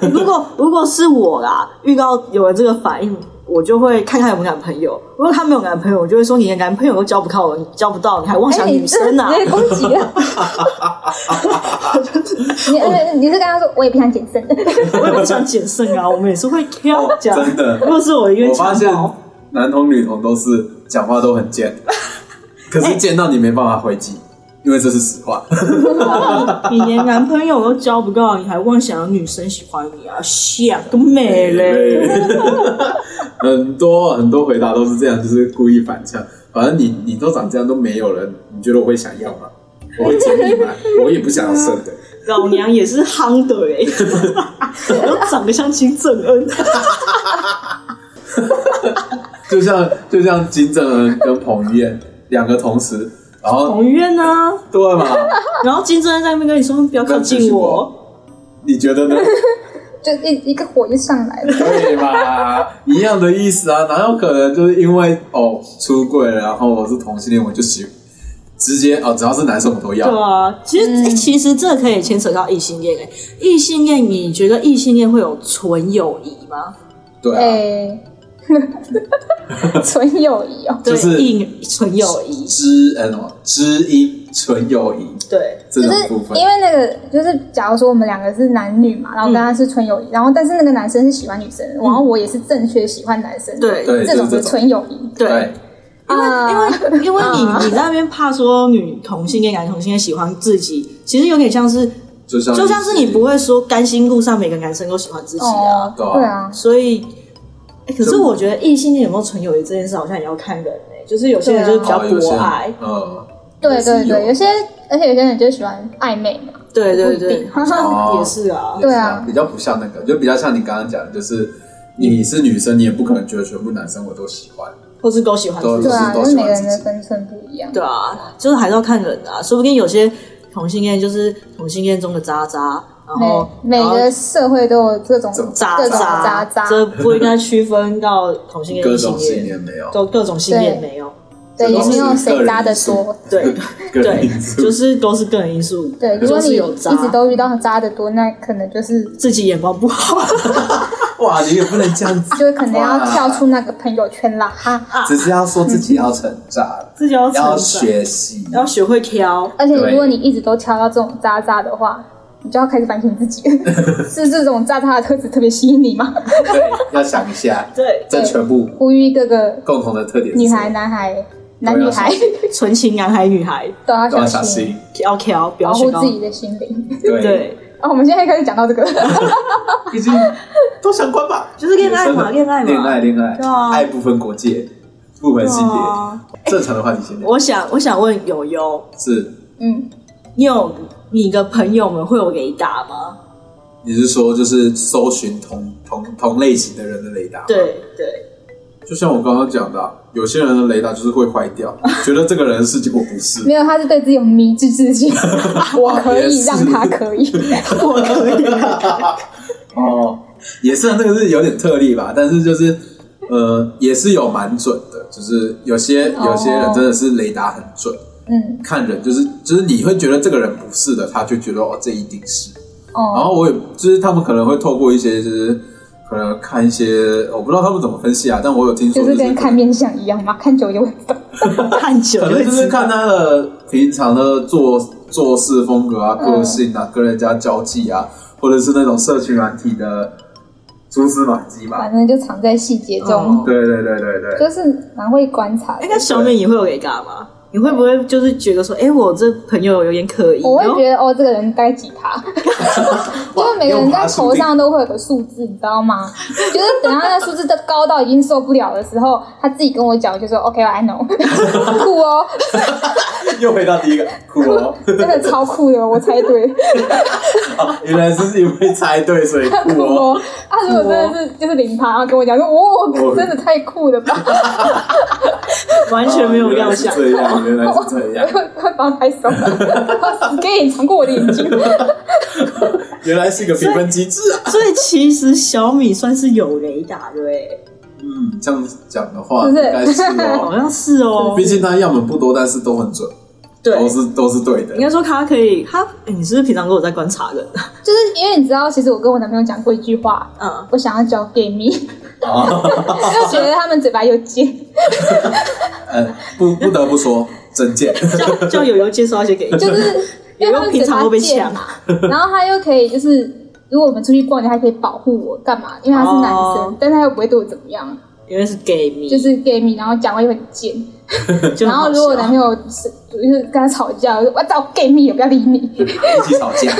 被。 如果如果是我啦，遇到有人这个反应，我就会看看有没有男朋友。如果他没有男朋友，我就会说你的男朋友都交不靠我，你交不到，你还妄想
哎，
女
你这
生呢、啊？
直接攻击 了！你呃你是跟他说，我也不想减身。
我也不想减剩啊，我们也是 会挑
哦
这样。
真的
如果是我一个
我发
强
现
暴，
男同女同都是讲话都 很贱，可
哎
是见到你没办法回击，因为这是实话。
你连男朋友都交不 到，你还妄想有女生喜欢你啊？想个美嘞！
很多很多回答都是这样，就是故意反呛。反正你你都长这样都没有了，你觉得我会想要吗？我会建议吗？我也不想要生的。
老娘也是夯的哎、欸，我长得像金正恩，
就像就像金正恩跟彭于晏两个同时，然后
彭于晏呢？
对 嘛？
啊然后金正恩在那边跟你说不要靠近我，
你觉 得呢？
就一一个火就上来了。
对嘛，一样的意思啊，哪有可能就是因为哦出柜了，然后我是同性恋，我就喜直接哦，只要是男生我都
对
要。
啊，其实、欸其实这可以牵扯到异性恋哎、异性恋你觉得异性恋会有纯友谊吗？
对啊，
哎， 纯友谊哦，
对，
就是
硬纯友谊，
知嗯哦知音纯友谊
对，
这
就
种
是
部分嗯
因，为那个，就是假如说我们两个是男女嘛，然后跟他是纯友谊，然后但是那个男生是喜欢女生，然后我也是正确喜欢男生，
对
对，
这
就
种
是这
是
种
纯友谊
对，因为、
啊
因为因为你、
啊
你在那边怕说女同性恋、男同性恋喜欢自己，其实有点像是
就像
就像是你不会说甘心路上每个男生都喜欢自己啊，
哦，
对啊
对啊，
所以、欸可是
就
我觉得异性恋有没有纯友谊这件事，好像也要看人哎、就是有些人就是比较
哦有些
博爱，
嗯，
对对
也是
对，
有
有些而且有些人就喜欢暧昧嘛，
对对
不一
对
定，
哦
也是啊，
对啊
比较不像那个，就比较像你刚刚讲的，就是你是女生，你也不可能觉得全部男生我都喜欢。
或是都喜欢自
对
己
对，啊，
都
就是是
都喜欢
每个人
自
的
己
分寸不一样，
对啊，就是还是要看人啊，说不定有些同性恋就是同性恋中的渣渣，然后
哎每每
然后
个社会都有这种
哦这种
渣
嗯各种
渣
渣渣，
这不应该区分到同性恋、
各
异
种
性
信
恋，
念没有，
都各种性恋
对
没有，
对，也没有
个
谁
人
渣的
因素
多，
对
各种
对
因，素
就是都是个人因素，
对，如
就
果
是
你
有渣
一直都遇到渣的多，那可能就是
自己眼光不好，
哇，你也不能这样子，
就可能要
哇
跳出那个朋友圈啦，哈。
只是要说自己要成长，
自己嗯要成
要
长，
学习，
要学会挑，
而且
对
如果你一直都挑到这种渣渣的话，你就要开始反省自 己，是这种渣渣的特质特别吸引你吗？
对，要想一下，
对，
这全部
呼吁各个
共同的特点是
女
什么，
孩、男孩、男女孩
纯情男孩女孩
都要
都要
小
小
心，
心，
要挑，不要
保
选
护
到
自己的心灵。
对，
对，
哦，我们现在开始讲到这个，
毕竟都相关吧，
就是恋爱嘛
女生的
恋爱嘛
恋爱，
对
恋
啊
爱，爱不分国界，不分性
对
别，
啊
正常的话题性别
我想我想问友友，
是，
嗯，
你有你的朋友们会有雷达吗？
你是说就是搜寻同同同类型的人的雷达？，
对对，
就像我刚刚讲的啊，有些人的雷达就是会坏 掉，觉得这个人是，结果不是
没。有，他是对自己有迷之自信， 我可
也
以
是
让他可 以，
我可以。
哦，也是啊，那个是有点特例吧，但是就是呃，也是有蛮准的，就是有些
哦
有些人真的是雷达很准，
嗯，
看人就是就是你会觉得这个人不是的，他就觉得哦这一定是，
哦，
然后我也就是他们可能会透过一些就是可能看一些我不知道他们怎么分析啊，但我有听说
就是
是
跟看面相一样嘛，看久就会懂。
看久
可
就会
能就
知
是
道
看他的平常的做做事风格啊、个性
嗯
啊、跟人家交际啊，或者是那种社群软体的蛛丝马迹吧
反。正就藏在细节中，
哦
对对对对对，
就是蛮会观察的
哎，。那小美你会有雷达吗？你会不会就是觉得说，哎、我这朋友有点可疑？
我会
然后
觉得哦，这个人该几趴， 就是每个人在头上都会有个数字，你知道吗？就是等他那数字都高到已经受不了的时候，他自己跟我讲，就说 OK，I、know，酷哦，
又回到第一个酷哦，
真的超酷的，我猜对，
原来是因为猜对所以酷
酷
哦。
哦。他如果真的是就是零趴，然后跟我讲说，哦，真的太酷了吧，
完全没有料想
哦，原 来是这样，原来是这样，
快帮我拍手， 我死给你藏过我的眼睛。
原来是一个评分机制啊。
所以其实小米算是有雷达的哎，
嗯，这样讲的话
是
应
不是
该是
好
哦，
像是哦
毕。竟他样本不多，但是都很准，
对，
都是都是对的
应。该说他可以，他、哎你是不是平常都有在观察人？
就是因为你知道，其实我跟我男朋友讲过一句话，
嗯，
我想要交 gay 蜜，因
哦
啊，
为觉得他们嘴巴有 尖。
呃，不不得不说，真贱。
叫叫友友介绍一些给你，
就是因为他们嘴巴贱嘛，然后他又可以就是，如果我们出去逛街，他可以保护我干嘛？因为他是男生，
哦
但他又不会对我怎么样，
因为是 gay 迷，
就是 gay 蜜，然后讲话又很贱。
就啊很
然
好
后如果我
笑
男朋友是就是跟他吵架，我就我找 gay 蜜，我不要理你，
一起吵架，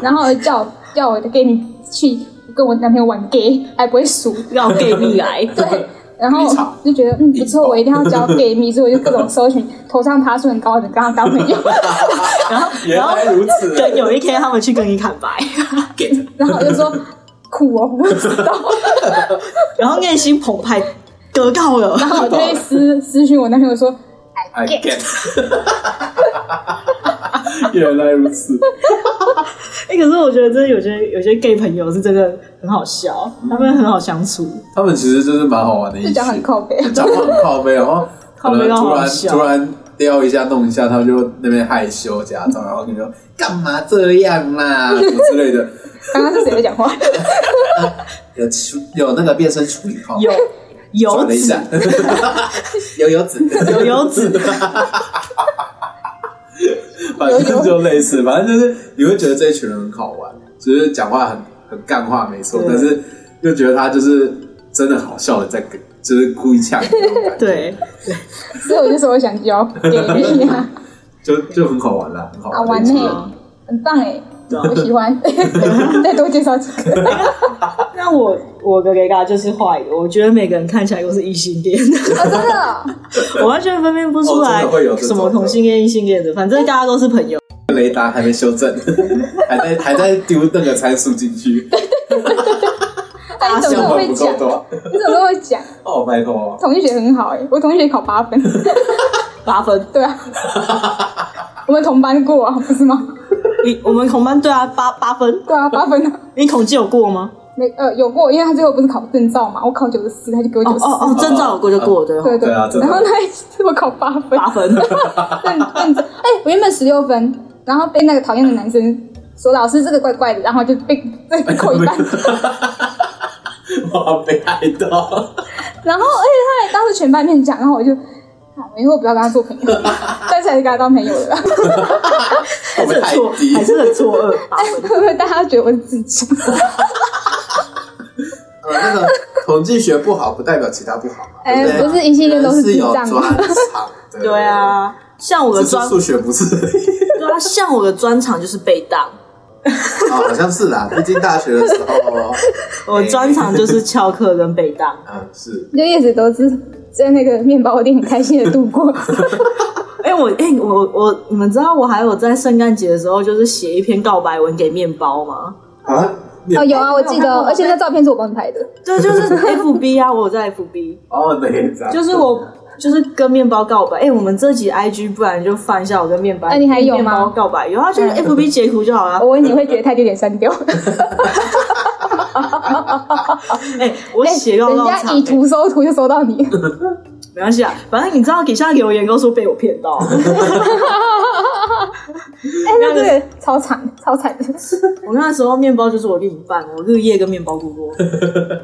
然后叫叫我的 gay 蜜去跟我男朋友玩 gay，还不会输。
让 gay 蜜 来，
对，然后
立场
就觉得嗯不错，我一定要交 gay 蜜，所以我就各种搜寻，头上爬树很高的，跟他当朋友。
然
啊
后
原
然后
来如此，
对，有一天他们去跟你坦白，
然后我就说苦哦，我不知道。
然后内心澎湃，得到了，
然后我就会私私讯我男朋友说，
I get，原来如此，
哎、可是我觉得真的有些有些 gay 朋友是真的很好笑，他们很好相处。
他们其实就是蛮好玩的一
就
群，
讲很靠背。
讲话很靠背，然后可能
靠背
突
到好
然
笑
突然撩一下弄一下，他就那边害羞假装，然后跟你说干嘛这样啦、什么之类的，
刚刚是谁在讲话？
有处有那个变身处理号，
有
转
游
了一
子
下， 有游子，
有游子，
反正就类似，反正就是你会觉得这一群人很好玩，只、是讲话很很干话没错，
对
但是又觉得他就是真的好笑的在跟，就是故意呛你那种感觉，
对，
所以我就说我想交 gay 蜜啊，
就就很好玩啦，很好
好
玩
啊玩
的一群人。
呢，很棒哎，
对啊
我喜欢。 再多介绍几个。啊
那我我的 gay 就是坏的，我觉得每个人看起来都是异性恋，
啊，真的哦，
我完全分辨不出来
哦真的会有这种
什么同性恋、异性恋的，反正大家都是朋友。
雷达还没修正，还在还在丢那个参数进 去，
哎，你怎么
想
都
法
会
不
讲
够？多。
你怎么都会讲？
哦，拜托，
统计学很好哎、我统计学考八分，
八分，
对啊，我们同班过啊，不是吗？
你我们同班对啊，八八分，
对啊，八分啊，
你统计有过吗？
没呃有过，因为他最后不是考证照嘛，我考九十四，他就给我
哦
九十
哦哦，
四，
证照有过就过，对哦
对
对啊真的
然后那一次我考八 分，
八 分，
认认真，哎、我原本十六分，然后被那个讨厌的男生说老师这个怪怪的，然后就被被 扣一半，
我被害到，
然后而且他还当着全班面讲，然后我就。啊我以后不要跟他做朋友， 但是还是跟他当朋友了啦。
我
还是
们
很
太
错，
低
还。是很错愕。 八分
哎会不会大家觉得我是 智障？
呃，那个统计学不好，不代表其他不好嘛，
哎
对对
不是异性恋都是
人
智
是有
障
专 长的，
对，啊，像我
只
的
是
专，
数学不是而已。
对啊，像我的专场就是被当，
啊，好像是啦，毕竟大学的时候，哦
我的专场就是翘课跟被当。
嗯，是
就一直都是在那个面包店很开心的度 过。
哎、我哎、我我，你们知道我还有在圣诞节的时候，就是写一篇告白文给面包吗？
啊，
哦，有啊，我记得，
我看过
而且那照片是我帮你拍的。
对，就是 FB 啊，我有在 FB，
哦，那一张
就是我就是跟面包告白。哎、我们这集 IG 不然就放一下我跟面包，
哎你还有吗哎
面包告白有啊，就是 FB 截图就好了
我。问你会觉得他有点删掉，
哎、我写到
人
到
家
场、
以图搜图就搜到你，
哎没关系啊，反正你知道底下留言都说被我骗到，
哎，那这个超惨，超惨的。
我那时候面包就是我另一半，我日夜跟面包度 过。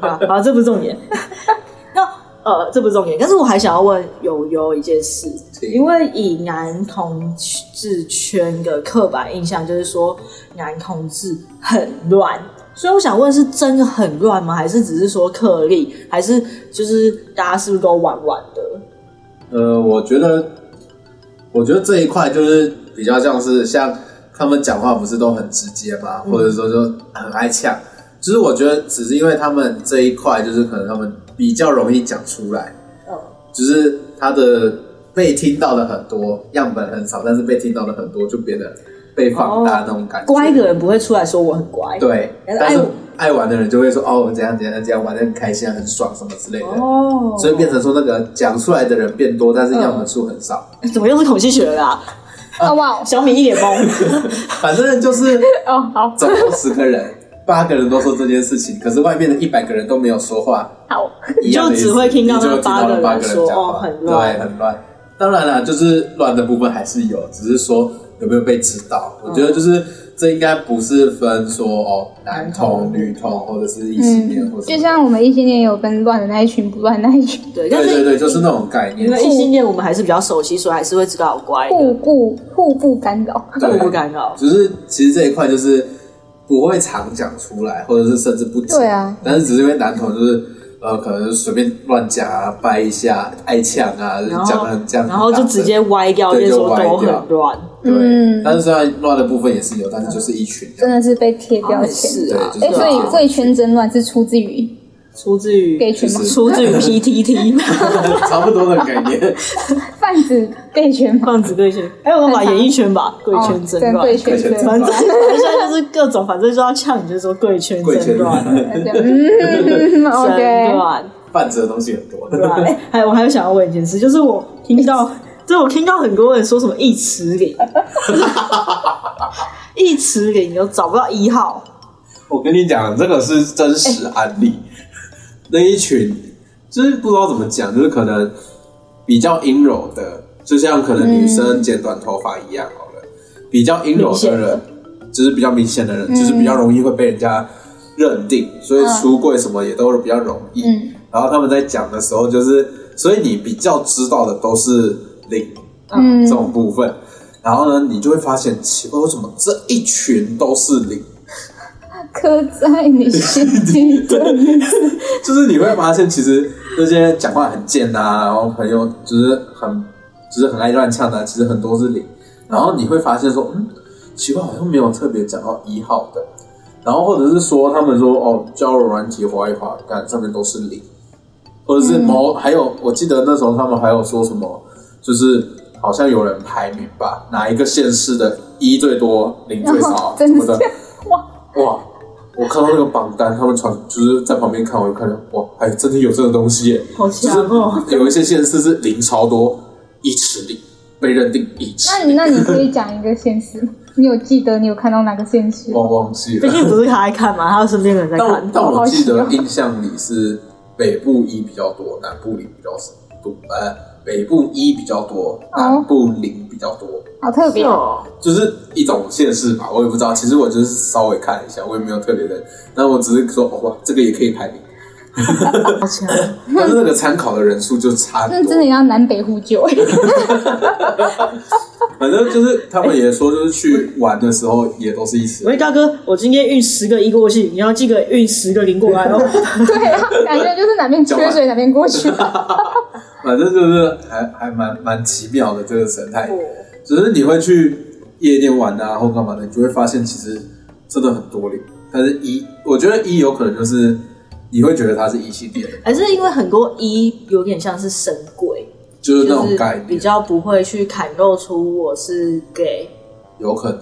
啊，好，这不是重点。 那呃，这不是重点，但是我还想要问友友一件事，
请
因为以男同志圈的刻板印象就是说男同志很乱，所以我想问是真的很乱吗？还是只是说颗粒？还是就是大家是不是都玩玩的？
呃，我觉得，我觉得这一块就是比较像是像他们讲话不是都很直接嘛，
嗯
或者说就很爱呛。其实我觉得只是因为他们这一块就是可能他们比较容易讲出来，
嗯，
就是他的被听到的很多，样本很少，但是被听到的很多就变得被放大
哦
那种感觉。
乖的人不会出来说我很乖。
对，
但是
但
爱
是
我
爱玩的人就会说哦，我怎样怎样怎样，玩的很开心啊，很爽什么之类的，
哦，
所以变成说那个讲出来的人变多，但是样本数很少。
哎怎么又是统计学啦、
哦哇，
小米一脸 懵。
反正就是
哦好
总共十个人， 八个人都说这件事情，可是外面的一百个人都没有说话，
好，
一样的意思
你就只会听到那
你就会听
八个
到那
人
八个人
说
讲
哦
话，
很乱
对，很乱。当然了，就是乱的部分还是有，只是说有没有被知道。
嗯
我觉得就是这应该不是分说哦男同、女同，或者是异性恋，或
嗯，
者
就像我们异性恋有分乱的那一群，不乱的那一群，
对，但
对对
是
对，就是那种概
因
念。
为异性恋我们还是比较熟悉，所以还是会知道有乖的，
互不互不干扰。
互不哦干扰。
只是其实这一块就是不会常讲出来，或者是甚至不讲。
对啊，
但是只是因为男同就是呃，可能随便乱讲啊，掰一下，爱呛啊，就是
然
讲
后
的很这样，
然后就直接歪掉，
对
那时
就
候
歪
都
掉
很乱。
对，
嗯
但是虽然乱的部分也是有，但是就是一群这
真
样。
的是被贴
好
标
像
签。
是啊，
对
哎、
就
所
是
对啊
以贵圈真乱是出自于
出自于
gay 圈吗
就？是
出 自于 PTT
差不多的概念，
贩子 gay 圈吗？
棒子贵圈，还
哎
有我把演艺圈吧，贵
哦
圈，真
真
乱。
贵圈
贵圈
真
真
乱
反正反正就是各种，反正就要呛你，就说贵圈
贵圈
真乱，真
嗯，OK，
乱。
贩子的东西很多。
对吧？哎，还有我还有想要问一件事，就是我听到，就是我听到很多人说什么一尺 零，一尺零又找不到一号，
我跟你讲，这个是真实案例。那一群就是不知道怎么讲，就是可能比较阴柔的，就像可能女生剪短头发一样好了。比较阴柔的人，就是比较明显的人，就是比较容易会被人家认定，所以出柜什么也都是比较容易。
嗯
然后他们在讲的时候，就是所以你比较知道的都是零，
嗯
这，种部分。然后呢，你就会发现奇怪，为什么这一群都是零？
刻在你心底的名字。
就是你会发现，其实那些讲话很贱啊，然后朋友就是很就是很爱乱呛的啊、其实很多是零。然后你会发现说，嗯，奇怪，好像没有特别讲到一号的。然后或者是说，他们说哦，交友软体滑一滑，干上面都是零，或者是某、还有，我记得那时候他们还有说什么，就是好像有人排名吧，哪一个县市的一最多，零最少
哦
什
真
么
的
的，
哇，
哇！我看到那个榜单，他们传就是在旁边看，我就看到哇，还真的有这个东西耶！
好强哦！
有一些县市是零超多，一尺零被认定一尺，
那你那你可以讲一个现实吗？ 你有记得你有看到哪个现实？
哦
我忘记
毕
了。
竟不是他在看嘛，还有身边人在
但我
看。
但我记
好
得
奇哦
印象里是北部一比较多，南部零比较少，不呃北部一比较多，
哦
南部零比较多，
好特
是
别，
哦，
就是一种县市吧，我也不知道。其实我就是稍微看一下，我也没有特别的，但我只是说哦哇，这个也可以排名。
好强！
但是那个参考的人数就差很
那
多，
真的要南北呼救。
反正就是他们也说，就是去玩的时候也都是一起。
喂，大哥，我今天运十个一过去，你要记得运十个零过来哦。
对啊，感觉就是哪边缺水哪边 过去。
反正就是还还蛮蛮奇妙的这个生态，只是你会去夜店玩啊或干嘛的，你就会发现其实真的很多零。但是一，我觉得一有可能就是你会觉得它是异性恋，
还是因为很多一有点像是神鬼，
就是那
就
种
是
概念
比，较不会去砍肉出我是 gay
有可能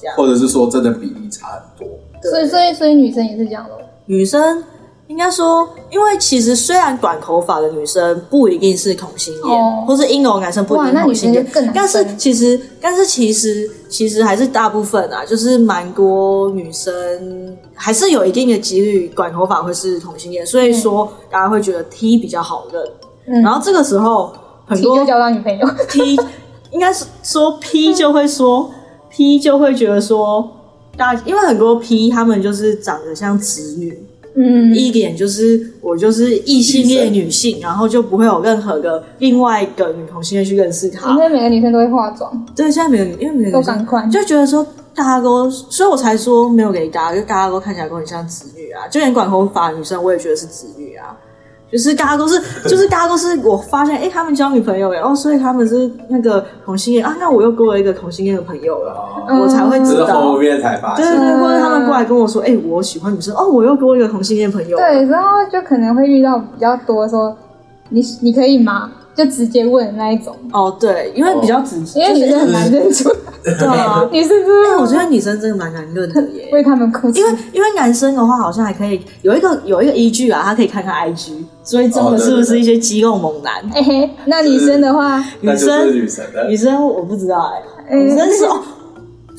这，样
或者是说真的比例差很多。
对。
所以所以所以女生也是这样的。
女生应该说，因为其实虽然短头发的女生不一定是同性恋，
哦
或是阴柔男生不一定
哇
是
那
同
女
性
生就
恋，
更难
但是
分
其实，但是其实其实还是大部分啊，就是蛮多女生还是有一定的几率短头发会是同性恋，所以说大家会觉得 T 比较好认。
嗯
然后这个时候很
提
多
就嗯交到女朋友，
P 应该是说 P 就会说 P 就会觉得说大，因为很多 P 他们就是长得像直女，
嗯，
一点就是我就是异性恋女性，然后就不会有任何的另外一个女同性恋去认识
因
她。
为每个女生都会化妆，
对，现在没有，因为没有
都赶快
就觉得说大家都，所以我才说没有给大家，就大家都看起来都很像子女啊，就连管头发的女生我也觉得是子女啊。就是大家都 是，就是大家都是，我发现，哎、他们交女朋友了，哦，所以他们是那个同性恋啊，那我又多了一个同性恋的朋友了，
哦，
嗯
我才会
只
知
是
道
后。面才发
对
现
对，。对或者他们
嗯
过来跟我说，哎、我喜欢女生，哦，我又多了一个同性恋朋友了，
对，然后就可能会遇到比较多说你你可以吗？就直接问那一种，
哦，对，因为比较直接，
哦因为
就是
女生很难认出，，
对啊
女生
哎、我
真
觉得
的
女生真的蛮难认的耶。
为他们哭泣
因。为因为男生的话，好像还可以有一个有一个依据啊，他可以看看 IG，所以真
哦
的
对
是不
对
是
对
一些肌肉猛男？
哎嘿，那女生的话，
那
女
就是
生
女神的
女生我不知道哎、
嗯
女生是哦。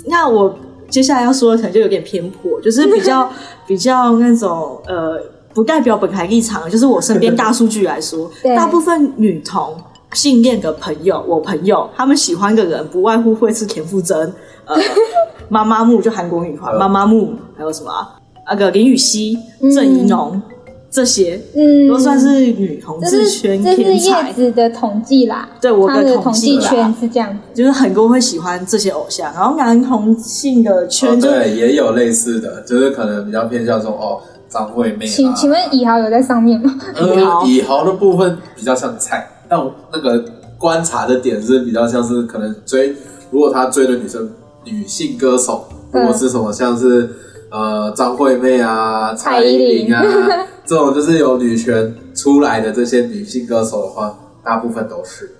那我接下来要说的可能就有点偏颇，就是比 较比较那种呃，不代表本台立场，就是我身边大数据来说
对，
大部分女同性恋的朋友，我朋友他们喜欢的人不外乎会是田馥甄，呃， 妈妈木就韩国女团
嗯
妈妈木，还有什么啊那个林雨熙、郑怡农这些。
嗯，
都算是女同
这
志
是
圈
这是
天
叶
才，
子的统计啦，
对我
她的
统
计
计啦
圈是这样子。
就是很多会喜欢这些偶像，然后男同性的圈
哦
就、
对，也有类似的，就是可能比较偏向说哦，张惠妹、啊。
请请问以豪有在上面吗？
以豪
呃，以豪的部分比较像菜，但我那个观察的点是比较像是可能追如果他追的女生女性歌手，
嗯
如果是什么像是呃张惠妹啊、
蔡
蔡
依
依
林
林啊 这种就是有女权出来的这些女性歌手的话，大部分都是。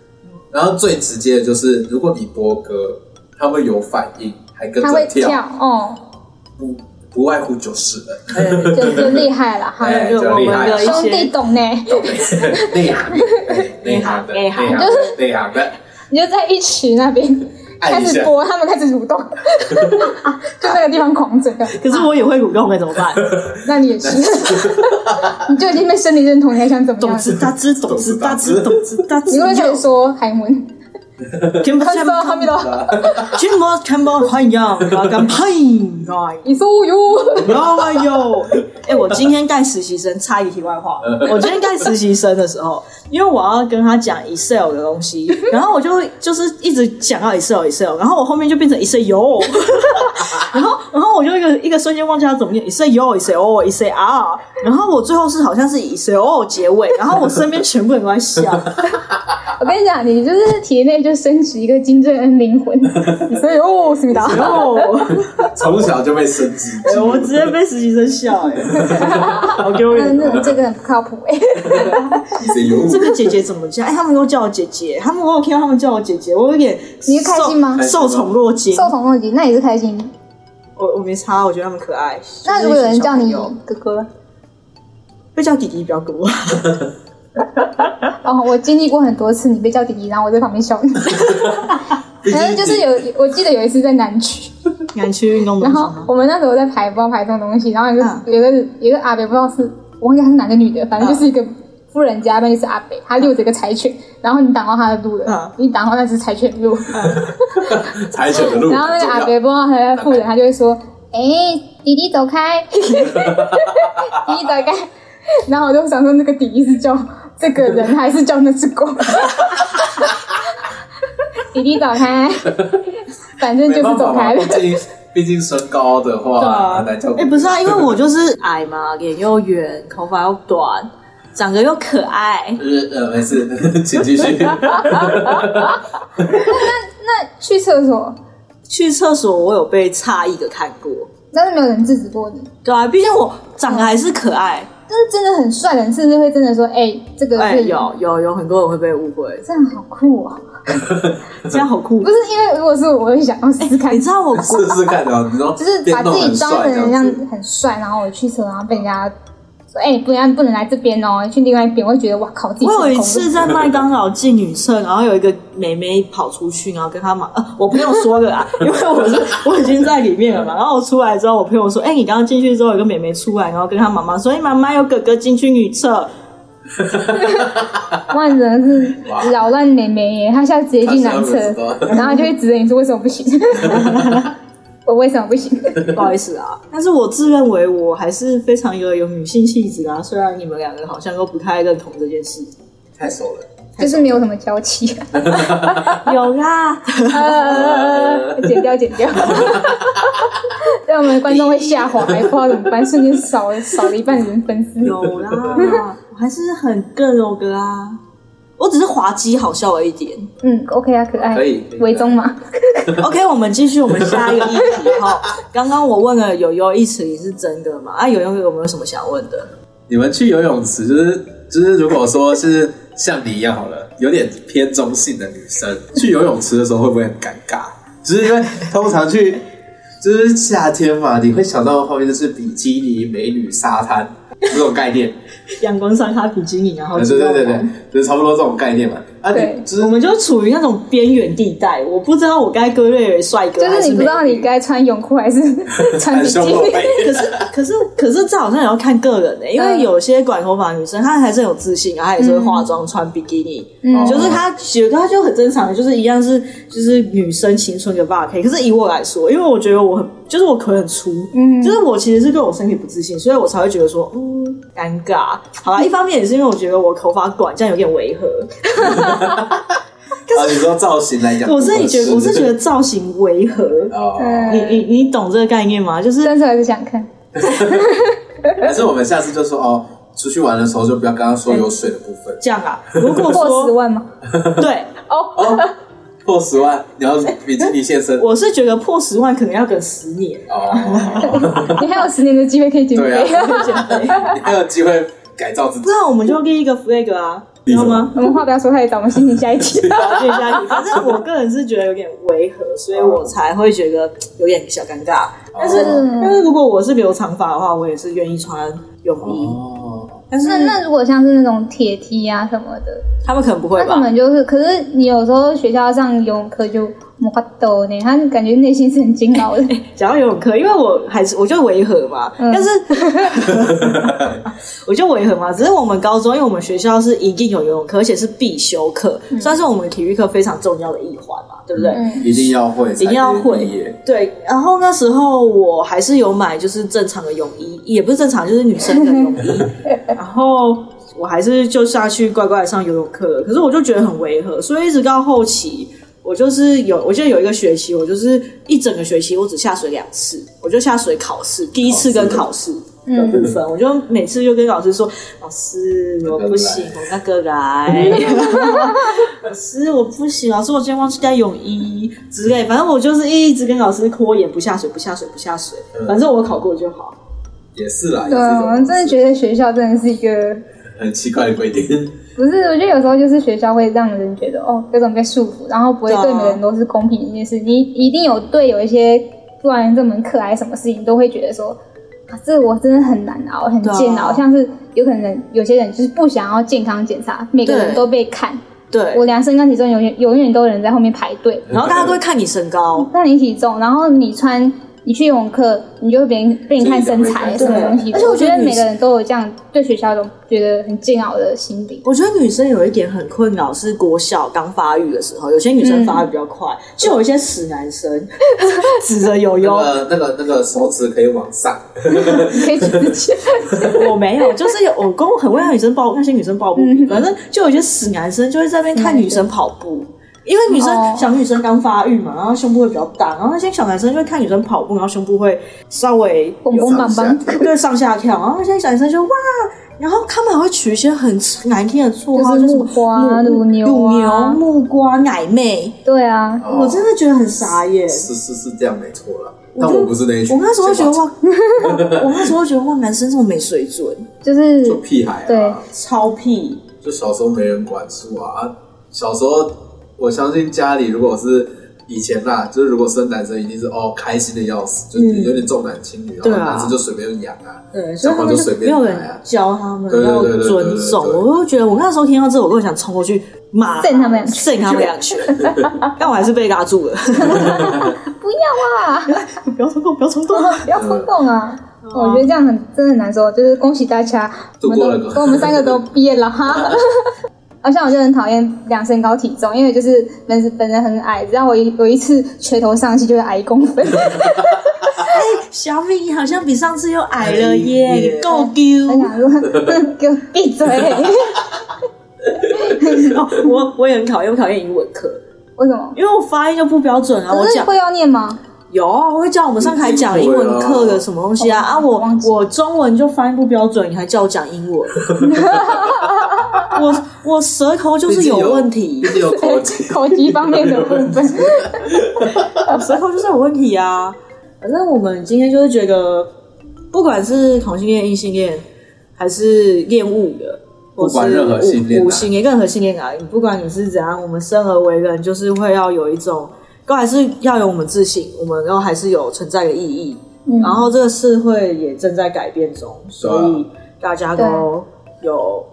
然后最直接的就是，如果你播歌，他们有反应，还跟
他会
着跳，
跳哦，
不不外乎就是了。
对
就就厉害了哈，
哎
就
就
我
厉
们
害
的一
兄弟
些，
懂呢，
内行的，哎内行的，内
内行
行的，内行的，
你就在一曲那边
按
开
一
始
下。
播，他们开始蠕动， 啊就那个地方狂整个。
可是我也会鼓动，该怎么 办？
那你也是， 你就已经被生理认同，你还想怎么
懂
样？
之大之，懂之大之，懂之大之。
你会不会说韩文？
全部
他
全部
说哈密罗，
全部全部欢迎，我干派 哎。
你说哟，
哎呦， 哎、我今天带实习生，插一题外话。我今天带实习生的时候，因为我要跟他讲 Excel 的东 西，然后我就会就是一直讲到 Excel Excel，然后我后面就变成 Excel 哟，然后然后我就一个一个瞬间忘记他怎么念 Excel 哟 Excel 哦 Excel 啊，然后我最后是好像是以 Excel 哦结尾，然后我身边全部人都在 笑，
我跟你讲，你就是体内就升起一个金正恩灵魂，你说哟，思密达。
然后
从小就被升级，
哎我直接被实习生笑哎、 好丢
嗯那
人。
那这个很不靠谱哎、
一直有
这个姐姐怎么叫？哎、他们都叫我姐姐，他们我有听到他们叫我姐姐，我有点
你会开心吗
受宠若惊，
受宠若惊，那也是开心。
我我没差，我觉得他们可爱。
那如果有人叫
就是一
你
群小朋友
哥哥，
被叫弟弟比较 多，
哦，我经历过很多次你被叫弟弟，然后我在旁 边笑你。反正就是有，我记得有一次在南区，
敢去运动中
然
心
后
吗？
我们那时候在排，不知道排什么东西，然后有个、
嗯
有个有个阿北，不知道是我忘记他是男的女的，反正就是一
嗯
个富人家，那就是阿北，他遛着一个柴犬，然后你挡到他的路了，
嗯
你挡到那只柴犬路，
柴犬的路，
然后那个阿北不知道他在富人，他就会说：“哎、弟弟走开， 弟弟走开。”然后我就想说，那个弟弟是叫这个人还是叫那只狗？ 弟弟走开，反正就是走开了
没办。法嘛毕竟毕竟身高的话，来叫
哎、不是啊，因为我就是矮嘛，脸又圆，头发又短，长得又可爱。
呃呃没事， 请 继续。
那 去厕所，
去厕所我有被诧异的看过，
但是没有人制止过你。
对啊，毕竟我长得还是可爱。
但是真的很帅的人，甚至会真的说：“哎、这个
哎、
是
有有有很多人会被误会，
这样好酷哦！”
这样好酷
不。是因为如果是我，我会想要试试看
哎
你，知道我国
试试看啊，你说
就是把自
电动很
己装
帅
成
这
很像
样子，
很帅，然后我去厕所，然后被人家说：“哎、不然不能来这边哦，去另外一边。”我会觉得哇靠，自己
我有
成
一
功
次
了。
在麦当劳进女厕， 然后有一个妹妹跑出去，然后跟她妈，呃，我朋友说了啊，因为我是我已经在里面了嘛。然后我出来之后，我朋友说：“哎、你刚刚进去之后，有个妹妹出来，然后跟她妈妈说：‘哎、妈妈有哥哥进去女厕。
哇，你真的是扰乱美眉耶！她现在直接进男厕
她现在不知，道
然后就会指着你说：“为什么不行？” 我为什么不行？”
不好意思啊，但是我自认为我还是非常有有女性气质啊。虽然你们两个好像都不太认同这件事，
太熟了。
就是没有什么娇 气。
有 啦，
呃，剪掉，剪掉， 让我们观众会 下滑，哎不知道怎么办，瞬间少了少了一半人粉丝。
有啦，我还是很更柔的啊。我只是滑稽好笑了一点。
嗯，OK 啊，可爱，
可以可以
围中嘛，
OK，我们继续我们下一个议题哈。刚刚我问了友友一词你是真的吗？啊，友友有没有什么想问的？
你们去游泳池，就是就是，如果说是像你一样好了，有点偏中性的女生去游泳池的时候，会不会很尴尬？就是因为通常去，就是夏天嘛，你会想到后面就是比基尼美女沙滩这种概念，
阳光上他比基尼，然后
对
知
对
道
对对
吗
对，就是差不多这种概念嘛。啊，
对
你就是
我们就处于那种边缘地带，我不知道我该归类为帅哥
就
还
啊是你不
美
知道你
女。
该穿泳裤还 是穿
含
比基
胸 露
尼。
背，
可是可是可是这好像也要看个人的、欸因为有些短头发女生她还是很有自信啊，她也是会化妆、穿比基尼，
哦
嗯
就是她觉得她就很正常，就是一样是就是女生青春的 b o 可以。可是以我来说，因为我觉得我很就是我腿很粗，
嗯
就是我其实是对我身体不自信，所以我才会觉得说，嗯，尴尬。好啦，一方面也是因为我觉得我头发短，这样有点违 和。
啊，你说造型来讲，
我自己觉得，我是觉得
得
造型违和。
哦，
你
嗯
你你懂这个概念吗？就是
但是还是想看，
但是我们下次就说哦，出去玩的时候就不要跟他说有水的部分
这样啊。如果
破十
说
万吗？
对，
哦，
哦，破破十万，你要比基尼现身
我是觉得破十万可能要等十 年，
哦，
你还有十年的机会可以减
对
肥。
啊，
减肥。
你还有机会改造自己
不。然我们就立一个 flag 啊，
立
知
什
道
么
吗？
我们话不要说太早，我们心情下一 集。
了解一下你。反正我个人是觉得有点违和，所以我才会觉得有点小尴尬。但是，
嗯
但是如果我是留长发的话，我也是愿意穿泳衣。
哦，
但是
那那如果像是那种铁梯啊什么的，
他们可能不会
那可
吧？
能就是，可是你有时候学校上游泳课就没法抖呢，他感觉内心是很煎熬的。
讲到游泳课，因为我还是我就违和嘛，
嗯
但是我就违和嘛。只是我们高中，因为我们学校是一定有游泳课，而且是必修课，算是我们体育课非常重要的一环嘛，对不对？
嗯，
一定要会，一
一定要会。对，然后那时候我还是有买，就是正常的泳衣，也不是正常，就是女生的泳 衣。然后我还是就下去乖乖地上游泳课了，可是我就觉得很违和，所以一直到后期，我就是有，我记得有一个学期，我就是一整个学期我只下水两次，我就下水考试，第一次跟考试。的部分，我就每次就跟老师说：“老师，我不行，我那个来。老师，我不行，老师，我今天忘记带泳衣之类。反正我就是一直跟老师拖延，不下水，不下水，不下水。反正我考过就好。
也是啦，也
对，啊
是一种
嗯我
啊
们真的觉得学校真的是一个，
很奇怪的规 定。
不是，我觉得有时候就是学校会让人觉得哦，有种被束缚，然后不会
对啊
对每个人都是公平的一件事。你一定有对有一些不然这门课还是什么事情，都会觉得说啊，这我真的很难熬，很
对啊
煎熬。像是有可能有些人就是不想要健康检查，每个
对
人都被看。
对
我，量身高体重永远永远都有人在后面排队，
然后大家都会看你身高，
那你体重，然后你穿，你去游泳课，你就会别人被你看身材什
就是
么
两个人
东西的。
而且我
我
觉得
觉得
女
每个人都有这样对学校都觉得很煎熬的心 理。
我觉得女生有一点很困扰，是国小刚发育的时候，有些女生发育比较快，就有一些死男生 指着悠悠，
呃，那个那个手指可以往上，
你可以直接，
我没有，就是有我跟我很会让女生抱那些女生抱不平，
嗯
反正就有一些死男生就会在那边看女生跑步。因为女生、
哦
小女生刚发育嘛，然后胸部会比较大，然后那些小男生就会看女生跑步，然后胸部会稍微
蹦蹦
上
棒
下
棒，
对上下跳，然后那些小男生就哇，然后他们还会取一些很难听的绰号，
就是
什么
木瓜
木
乳牛
乳牛、
啊
木瓜、奶妹，
对啊，
哦
我真的觉得很傻眼。
是是是这样没错啦。但我不是那一群，
我那时候觉得
先
哇，我那时候觉得哇，男生这么没水准，
就是
把就屁孩
对
啊，
超屁。
就小时候没人管束啊。啊小时候我相信家里如果是以前啦，就是如果生男生一定是哦开心的要死，就
嗯
有点重男轻女，然后
对啊
男生就随便养啊。
对，所以
小
他
朋
们
友就随
没
便
有
来
人
啊。
教他们
对对
要
对对对
尊
对
重，
对对
我就觉得我那时候听到这，我更想冲过去骂
扇他们两拳
扇他们两拳， 但我还是被拉住了。
不要啊，
不要冲动，不要冲 动！
不要冲动啊。
嗯
我觉得这样很真的很难受，就是恭喜大家，
度
我们都
过了个
跟我们三个都毕业了哈。 好像我就很讨厌量身高体重，因为就是本身本人很矮，只要我一有一次垂头丧气就会矮一公 分。
小米，你好像比上次又矮了
哎
耶，
耶
你够
我
丢！
想说， 给我闭 嘴！
哦 我我也很讨厌，我讨厌英文课，
为什么？
因为我发音就不标准啊。我
可是
讲
会要念吗？
有，啊我会叫我们上台
啊
讲英文课的什么东
哦
西啊？啊，我
忘记，
我中文就发音不标准，你还叫我讲英文？ 我我舌头就是有问题
毕，竟 有口技
口级方面的部 分，
我舌头就是有问题啊。反正我们今天就是觉得，不管是同性恋、异性恋，还是恋物的，或
不管
是
任何性恋啊
无无性恋、任何性恋啊，你不管你是怎样，我们生而为人，就是会要有一种，都还是要有我们自信，我们然后还是有存在的意义。
嗯
然后这个社会也正在改变中，
啊
所以大家都有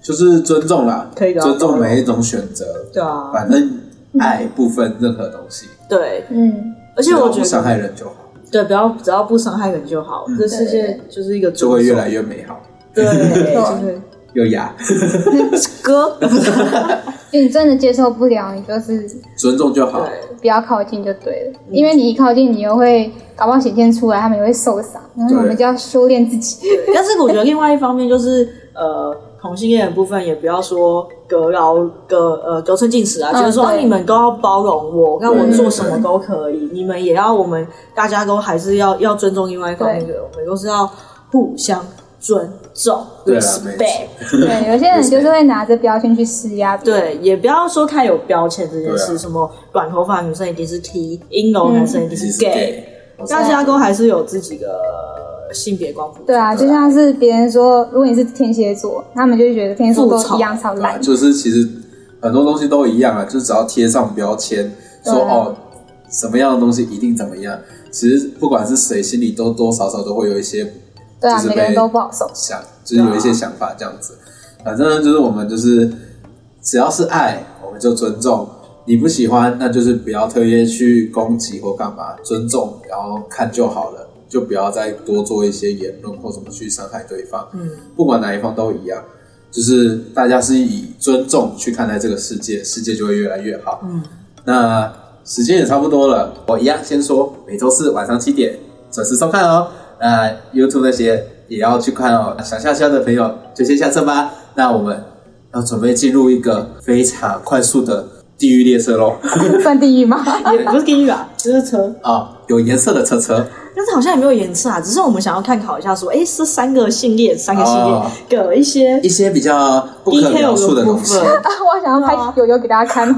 就是尊重啦，
可以的啊
尊重每一种选择。
对啊，
反正爱不分任何东西，
对，
嗯，
而
只
且
要
我觉
不伤
得
害人就好，
对，不要只要不伤害人就好，这世
对
界
对
就是一个
就会越来
越
越美好。
对，
没错
就是
优雅，
哥，
就你真的接受不了，你就是
尊重就好。
对
不要靠近就对了，因为你一靠近，你又会搞不好显现出来，他们也会受伤。然后我们就要修炼自己，
对 但是我觉得另外一方面就是呃，同性恋的部分也不要说隔劳隔呃隔寸进尺啊，
嗯
觉得说、啊
对嗯
你们都要包容我，那我
对
做什么都可以，你们也要我们大家都还是要要尊重另外一方面的，我们都是要互相尊重、
对啊没
respect，
对，有些人就是会拿着标签去施压别人。
对，也不要说太有标签这件事，
对啊
什么短头发女生一定是 T，阴柔男生一定
其实
是 gay，、大家都还是有自己的性别光谱。
对啊，就像是别人说，如果你是天蝎座，他们就会觉得天蝎座都一样超
对啊
烂。
就是其实很多东西都一样啊，就只要贴上标签，说
对啊
哦什么样的东西一定怎么样。其实不管是谁，心里都多少少都会有一些
对啊
就，是
每个人
被
都不好受。
想，就是有一些想法这样子。反正呢，就是我们就是只要是爱，我们就尊重。你不喜欢，那就是不要特意去攻击或干嘛，尊重，然后看就好了，就不要再多做一些言论或什么去伤害对方。
嗯，
不管哪一方都一样，就是大家是以尊重去看待这个世界，世界就会越来越好。
嗯，
那时间也差不多了，我一样先说，每周四晚上七点准时收看哦。那 YouTube 那些也要去看哦。想下车的朋友就先下车吧。那我们要准备进入一个非常快速的地狱列车喽！
算地狱吗？
也不是地狱啊，就是车，
啊，有颜色的车车，
但是好像也没有颜色啊，只是我们想要探讨一下，说，哎，这三个性恋，三个性
哦
恋有一些
一些比较不可描述
detail 的部
东西。
分。
我想要拍友友给大家看。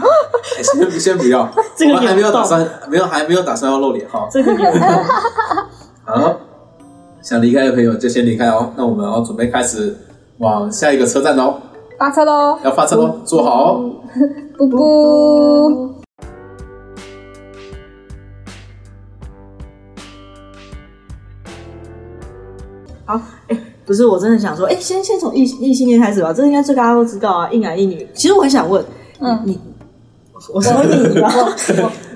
哎先先不要，
这个
我们还没有
有动
打算，没有还没有打算要露脸 哈。
这个有动
好，想离开的朋友就先离开哦。那我们要准备开始往下一个车站哦，
发车喽！
要发车喽，
嗯
坐好哦。
布布，
好，哎，不是，我真的想说，哎，先先从异异性恋开始吧，这应该最大家都知道啊，一男一女。其实我很想问，
嗯
你，我说你吧，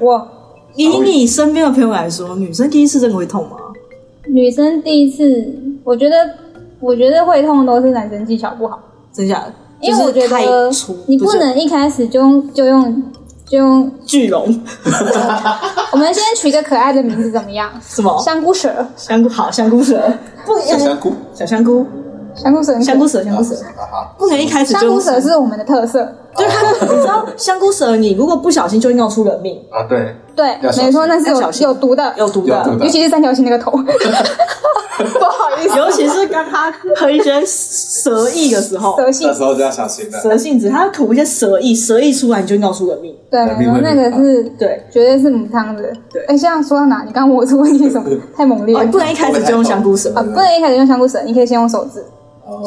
我我
以你身边的朋友来说，女生第一次真的会痛吗？
女生第一次，我觉得我觉得会痛都是男生技巧不好，
真假的？
因为我
就
觉
是太
得
粗
你不
是
能一开始就用就用就用，
巨 龙，
我们先取一个可爱的名字怎么样？
什么
香菇蛇，
香菇好香菇蛇，不
小香菇，
小香菇
香菇蛇很可，
香菇蛇香菇蛇，
好好，
不能一开始就
香菇
用
蛇是我们的特色。
对它，你知道香菇蛇，你如果不小心就会弄出人命，
啊对，
对，
要小心
没错，那是
要小心
有有毒的，
有毒
有毒
的
的。
尤其是三条线那 个头，不好意思，
尤其是刚他喝一些蛇液的时候，
蛇性
那时候就要小心了。
蛇性质，他吐一些蛇液，蛇液出来你就闹出人命。
对，
男
没
命
错，
会
那
被
个
罚
是
对，
绝对是母汤的。
对
哎，像说到哪？你刚刚我出问题什么？太猛烈
哦，
了。
你不能一开始就用香菇蛇
啊，不能一开始用香菇绳，你可以先用手指，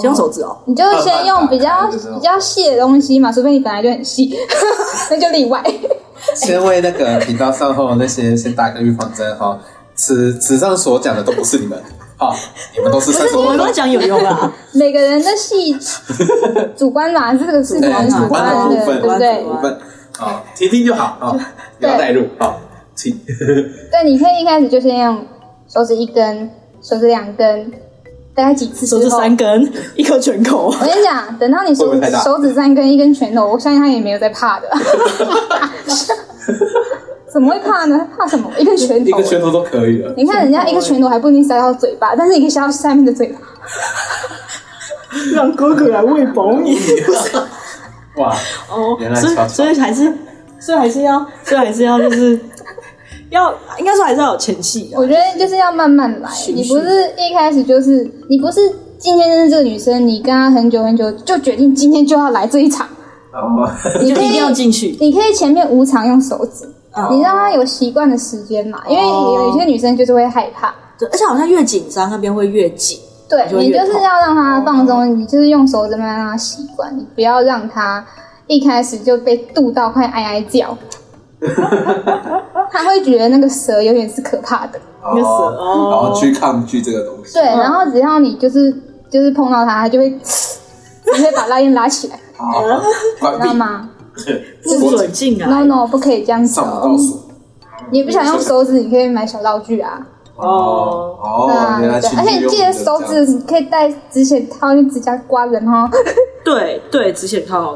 先用手指哦。
你就先用比较
啊慢慢打开就是
比较细的东西嘛，除非你本来就很细， 那就例外。
先为那个频道上后那些先打个预防针哈。此此上所讲的都不是你们， 好，你们都是
不
三
是，
手
我
观
们都
众。
讲有用啊啦。
每个人的 细主观嘛，这个是主
哎
对
观主
主观
观
的
的，对不
部分，
对
主？
部分，好，听听就好，好，不要带入，好，请。
对，你可以一开始就先用手指一根，手指两根，大概几次
手指
之后。
三根，一颗全口。
我跟你讲，等到你手
会不会太大
手指三根一根拳头，我相信他也没有在 怕的。怎么会怕呢？怕什么？一根拳
一
头
个。拳头都可以了。
你看人家一个拳头还不一定塞到嘴巴，但是你可以塞到下面的嘴巴。
让哥哥来喂饱你
哇，
哦
原，来
所
超
以
丑
所以还是，所以还是要，所以还是要，就是要，应该说还是要有前戏啊
我。觉得就是要慢慢来，
循序
你不是一开始就是你不是今天认识这个女生，你跟她很久很久就决定今天就要来这一场，
哦，
你
就
可
一定
以
要进去，
你可以前面无常用手指，
哦
你让她有习惯的时间嘛，因为有有些女生就是会害怕，
对，而且好像越紧张那边会越紧。
对
就会
你
越
就是
痛哦
要让他放松，你就是用手指慢慢让他习惯，你不要让他一开始就被渡到快哀哀叫， 他会觉得那个蛇有点是可怕的。
然后去抗拒这个东西。
对，
嗯
然后只要你就是就是碰到他，他就会 直接把拉链拉起 来，
好，关
知道
闭，
吗
不准进
？No
来
No，不可以这样子
上五倒
哦。
数。
你不想用手指，你可以买小道具啊。
哦。
哦，
对
原来
啊，对，而且你记得手指可以戴指甲套，用指甲刮人哦。
对对，指甲套，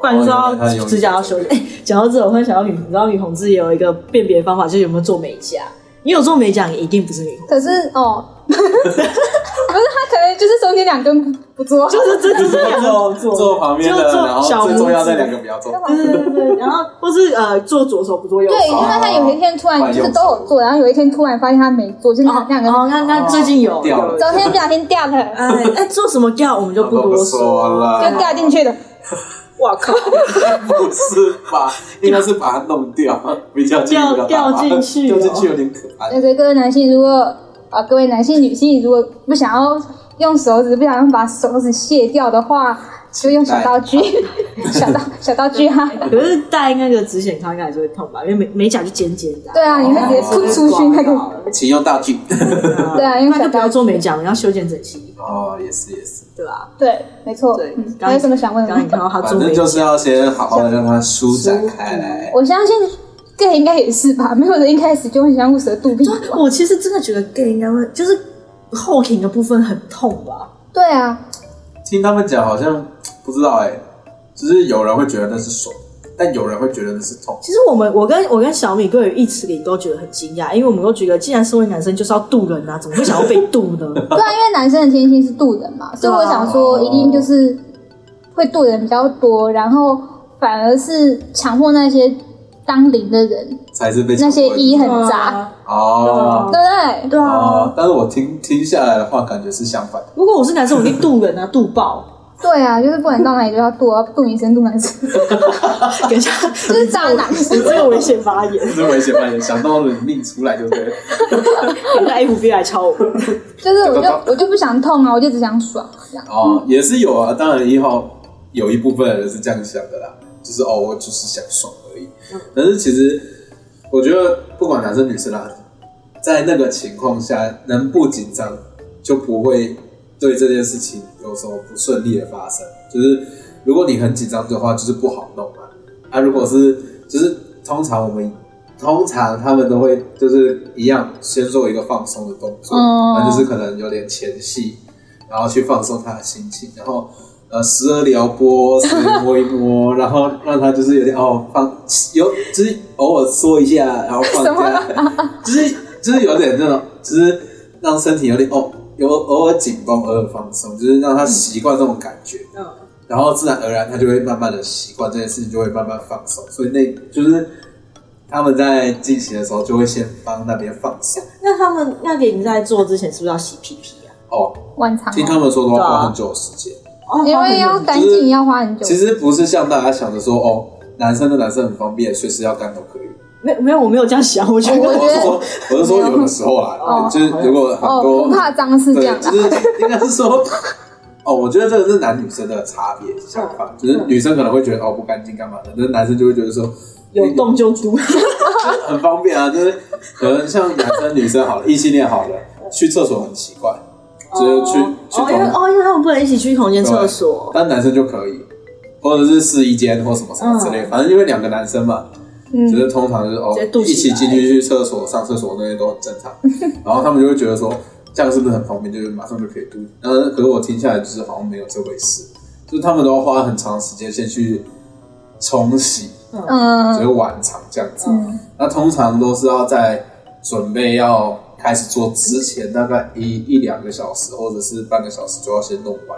不然知道
哦原来它有
指甲要修。哎、讲到这，我会想到女，你知道女同志也有一个辨别方法，就是有没有做 美甲。你有做美甲，你一定不是女同志。
可是哦，不是他可能就是中间两根不不做好，
就是这就是两
坐
个
坐旁边
就
的，
坐
然
小
后最
拇
重要的
指
两个不要坐。
对对对对，然后或是呃做左手不做右哦手，哦
对，因为他有一天突然就是都有做，然后有一天突然发现他没做，就是
哦
那两个
哦，那那最近有
掉了
有
昨天不小心 掉了，
哎哎做什么掉我们就不
我
多
不说啊了
就掉进去了。
哇靠，
不是吧？应该是把它弄掉，比较近
掉
的
掉
打法
进去
掉
哦
进去有点可怕。
那所以各位男性，如果啊、各位男性、女性，如果不想要用手指，不想要把手指卸掉的话，就用小
哎
道具， 小道小啊道具哈、
可是戴那个指显康应该还是会痛吧？因为美美甲就尖尖的啊，
对啊，你会直接
哦
吐出去那个。
请用道 具。
对啊因为
那就
小
不
刀
要做美甲了，要修剪整齐，
哦，也是也是，
对吧？
对，没错。
对
嗯，
刚
还有什么想问的
刚刚你看
吗？
到他
反
做美
正
甲
就，是要先好好的让它舒展开来。
我相信 gay 应该也是吧，没有人一开始就很想捂舌肚皮吧。
我其实真的觉得 gay 应该会就是后庭的部分很痛吧？
对啊，
听他们讲好像不知道哎，只是有人会觉得那是爽，但有人会觉得那是痛。
其实我们我跟我跟小米各有一词里都觉得很惊讶，因为我们都觉得既然身为男生就是要渡人啊，怎么会想要被渡 呢？
对啊，因为男生的天性是渡人
啊
嘛，所以我想说，一定就是会渡人比较多，然后反而是强迫那些当零的人，
才是被
那些一很
对
杂，
啊，
哦
对不对？
对啊。
哦，但是我听听下来的话，感觉是相反的。
如果我是男生，我一定渡人啊，渡爆，
对啊，就是不管到哪里都要渡，要渡女生渡男生，
等一下
就是渣男。
你这个危险发言，
这危险发言，想到人命出来就对了。
等一下 FB 来敲我们。
就是我就我就不想痛啊，我就只想爽这样。
哦，也是有啊，当然一号有一部分人是这样想的啦，就是哦，我就是想爽而已。但是其实我觉得不管男生女生啦，在那个情况下能不紧张就不会对这件事情有什么不顺利的发生。就是如果你很紧张的话，就是不好弄嘛。啊，如果是就是通常我们。通常他们都会就是一样，先做一个放松的动作，
哦
那、就是可能有点前戏，然后去放松他的心情，然后呃时而撩拨，时而摸一 摸，然后让他就是有点哦放有就是偶尔缩一下，然后放
什么
下，就是就是有点那种，就是让身体有点哦有偶尔紧绷，偶尔放松，就是让他习惯这种感觉。
嗯，
然后自然而然他就会慢慢的习惯这件事情，就会慢慢放手。所以那就是他们在进行的时候，就会先帮那边放手。
那他们那给你在做之前是不是要洗屁屁啊？
哦，
晚场
听他们说的话，花很久的时间。
哦
因为要干净要花很久
其，实不是像大家想的说，哦，男生的男生很方便，随时要干都可以。
没没有，我没有这样想，我觉
我
得
是说，我是说有的时候啦，
哦
就是如果很
哦，
多
不怕脏是这
对
样，
就
的。
是应该是说， 哦，我觉得这个是男女生的差别想法，就是女生可能会觉得哦不干净干嘛的，但是男生就会觉得说
有动就嘟。
很方便啊，就是可能像男生女生好了，异性恋好了，去厕所很奇怪，就是去去
哦，因为
公
哦，因为他们不能一起去同间厕所，
但男生就可以，或者是试衣间或什么什么之类，反正因为两个男生嘛，就
嗯，
是通常就是哦
嗯直接肚
一
起
起
来
进去去厕所上厕所那些都很正常， 然后他们就会觉得说这样是不是很方便，就是马上就可以嘟。然后可是我听下来就是好像没有这回事，就是他们都要花很长时间先去冲洗，就是
嗯，
晚场这样子。
嗯
那通常都是要在准备要开始做之前，大概一一两个小时或者是半个小时就要先弄完。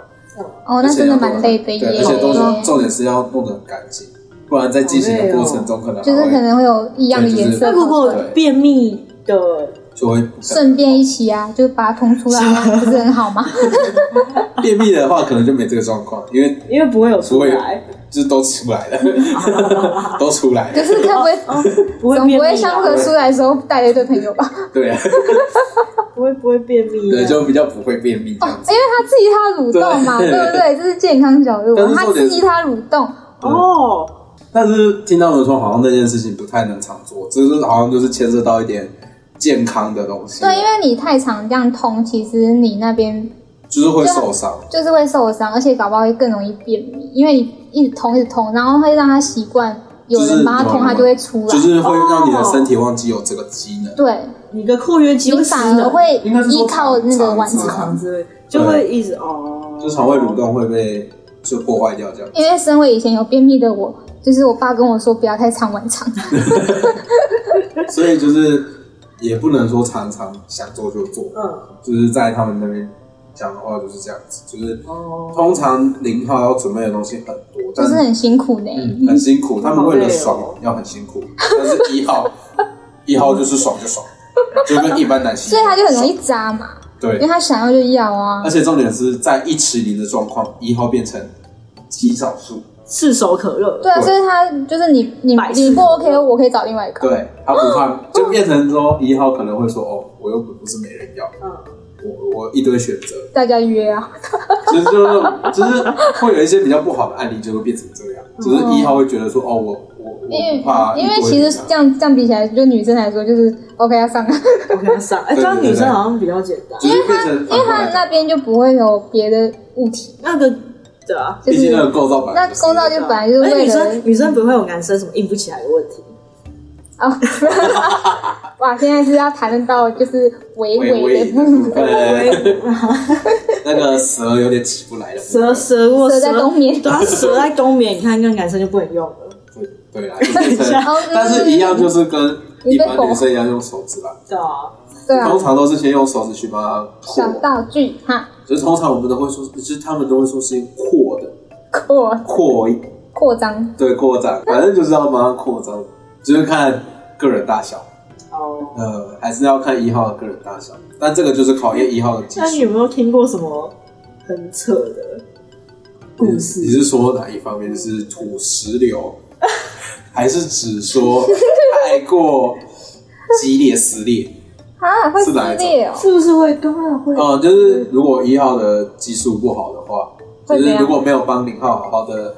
哦，那真的蛮累哦的耶
对，而。且都
耶
是重点是要弄得很干净，不然在进行的过程中可能
就是可
还会
能会有异样的颜
那
色跑出来。
如果
对
便秘的，
就会
顺便一起啊，就把它通出来啊，不是很好吗？
便秘的话，可能就没这个状况，因为
因为不会有
不
出
会
来，
就是都出来了， 都出来
就
了，
是该不会
不会
总
便秘
不会
啊，
相合出来的时候带了一堆朋友吧？
对啊，
不会不会便秘啊，
对，就比较不会便秘这
哦，
样子。
因为他刺激他的蠕动嘛，
对
对不对？这是健康角度
但是，
他
重点
刺
是
激他的蠕动，
哦，
但是听他们说，好像那件事情不太能常做，就是好像就是牵涉到一点健康的东西，
对，因为你太常这样通，其实你那边
就是会受伤。
就是会受伤，而且搞不好会更容易便秘，因为你一直通一直通，然后会让他习惯有
就是
人帮他通，
有人
他就会出来
就。是会让你
哦
的身体忘记有这个机能，
对，
你的括约肌
你
会失
反而
能，
会
应该是说
依靠那个晚
肠
直
子
肠，
肠之类，就会一直哦，
就肠胃蠕动会被就破坏掉这样。
因为身为以前有便秘的我，就是我爸跟我说不要太常晚肠。
嗯所以就是也不能说常常想做就做，
嗯，
就是在他们那边讲的话就是这样子，就是
哦，
通常零号要准备的东西很多，
就
但
是
是
很辛苦呢、
嗯很辛苦，他们为了爽
好累哦
要很辛苦，但是一 号一号就是爽就爽，就跟一般男性一
所以
样，
他就很容易渣嘛，因为
对，
他想要就要啊
而。且重点是在一起零的状况，一号变成极少数，
炙手可热。
对啊，
对
所以他就是你你
百事
你不 OK，我可以找另外一个。
对他不怕，
哦
就变成说一号可能会说哦，我又不不是没人要，
嗯，
我我一堆选择，
大家约啊，
其实就是就是会有一些比较不好的案例就会变成这样，只是一号会觉得说哦，我我我
因为
不怕一
因
堆人
为
这样，
其实这样这样比起来，就女生来说就是 OK 要上啊，
我跟他上。哎，
对对
刚刚女
对
生好像比较简单，
就是变成
因
反
为
过
他
来
那
讲，
边就不会有别的物体，
那个对啊。
就
毕竟那
是
个构造版
那公道就本来就是
而且
为
哎女
了
生女生不会有男生什么硬不起来的问题，
啊，哦 哇，现在是要谈论到就是维
微
维的
微
部分，
对，那个蛇有点起不 来了，
蛇蛇如果
蛇在冬眠
对啊，蛇在冬眠，你看跟男生就不能用了，
对对啊啦，就变成
等一
下
但是一样就是跟一般女生一样用手指啦，
对啊，
对啊
通，常都是先用手指去把它
小
扩，
道具哈，
就是通常我们都会说，就是他们都会说是扩的
扩
扩
扩张，
对扩展，反正就是要把它扩张，就是看个人大小。
哦，
呃，还是要看一号的个人大小，但这个就是考验一号的技
那你
术。
有没有听过什么很扯的故事？
你是说哪一方面？就是土石流，还是指说太过激烈 撕裂？
啊，会
是
撕
哪一种
裂哦，
是不是会根本会？
嗯，就是如果一号的技术不好的话，就
会怎
是
样
如果没有帮零号好好的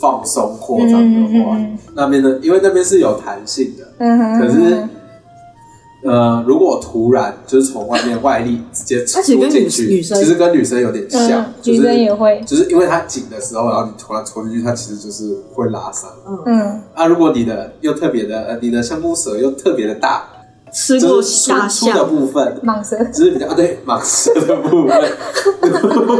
放松扩
嗯
张
嗯
的话，
嗯
那边的因为那边是有弹性的，
嗯哼，
可是。呃，如果突然就是从外面外力直接戳
而且跟女
进去，
女生
其实跟女生有点像，
嗯，
就
女
是
生也会，
就是因为它紧的时候，然后你突然戳进去，它其实就是会拉伤。
嗯，
嗯，
啊，如果你的又特别的，呃，你的香菇蛇又特别的大，
吃过
就是粗
大
粗的
象，
部分，
蟒蛇，
就是比较啊，对，蟒蛇的部分。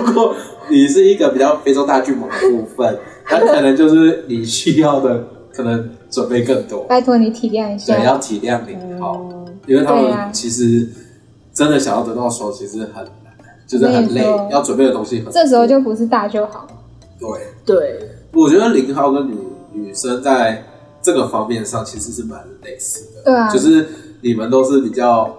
如果你是一个比较非洲大巨蟒的部分，那可能就是你需要的可能准备更多，
拜托你体谅一下
对，，要体谅
嗯
零号，因为他
对啊
们其实真的想要得到手，其实很难，就是很累
我跟你说，
要准备的东西很多
这时候就不是大就好，
对。
对，
我觉得零号跟女女生在这个方面上其实是蛮类似的，
对啊
就是你们都是比较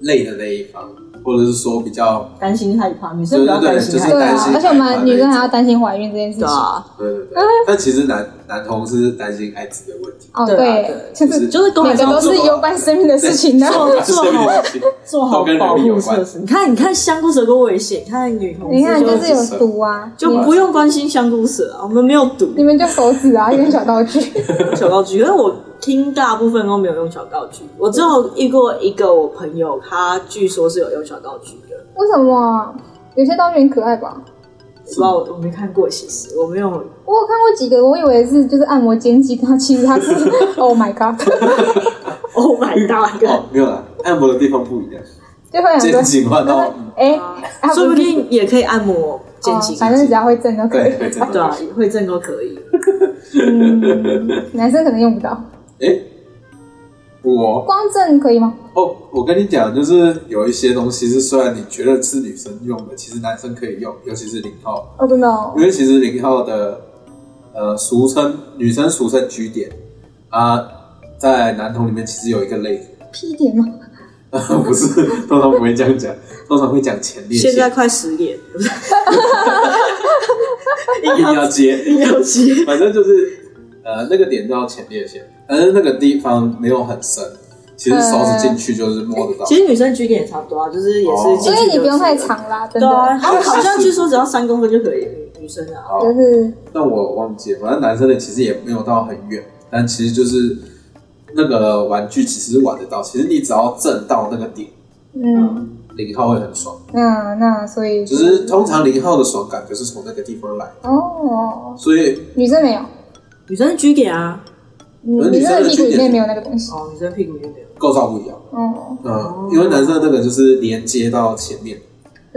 累的那一方，或者是说比较
担心害怕，女生比较
对对
担
对
心
就是
害
对
怕，
啊
担心，
而且我
害怕
们女生
那一
还要担心怀孕这件事
对
情，
啊，
对对对，但其实男男同志是担心艾滋的问题，
哦，
对啊对
就
就是是
就是都
每
还
个
要
都
做
是攸关生命的事情 啊呢
对。
做好
这个东西
做好
都哦跟
保
人民
护
有关
措，施。你看，你看香菇蛇多危险，你看女同志
你看，
就
就是有毒啊，
就
嗯
不用关心香菇蛇啊，我们没有 毒
你们就手 指啊，跟小道具，
小道具，因为我听大部分都没有用小道具，我只有遇过一个我朋友，他据说是有用小道具的，
为什么？有些道具很可爱吧？
我不知道我没看过，其实我没有，
我有看过几个，我以为是就是按摩肩颈，但其实它是 ，Oh my God，
Oh my god！
哦，没有啦，按摩的地方不一样，
就会很多
肩，颈换到嗯
哎，啊
说不定也可以按摩肩颈
哦，反正只要会震就可以
对。对真
对啊
的，，
会震都可以。
嗯，男生可能用不到，
哎，我
光震可以吗？
哦，我跟你讲，就是有一些东西是虽然你觉得是女生用的，其实男生可以用，尤其是零号，
哦，真的哦
嗯
因，为其实零号的呃俗称女生俗称 G 点啊，在男童里面其实有一个类，
p 点吗？
不是通常不会这样讲，通常会讲前列
现在
腺，
快十点，
一定要接，
一定要接。
反正就是呃那个点叫前列腺，但是那个地方没有很深，其实手指进去就是摸得到。
嗯其实女生 G 点也差不多啊，就是也
哦
是进
所
去就
以你不用太
是
长啦，真
对啊，
的，
他们好像据说只要三公分就可以，女生啊。
好
就是
那我忘记了，反正男生的其实也没有到很远，但其实就是那个玩具其实是玩得到，其实你只要震到那个点，
嗯。
零号会很爽，
那那所以
就是通常零号的爽感就是从那个地方来的，
哦，
所以
女生没有，
女生 G 点啊，
可是
女
女
生
生
的
的
屁股里面
缺点
没有那个东西。
哦，女生屁股有点。
构造不一样。
哦，
嗯，因为男生的那个就是连接到前面，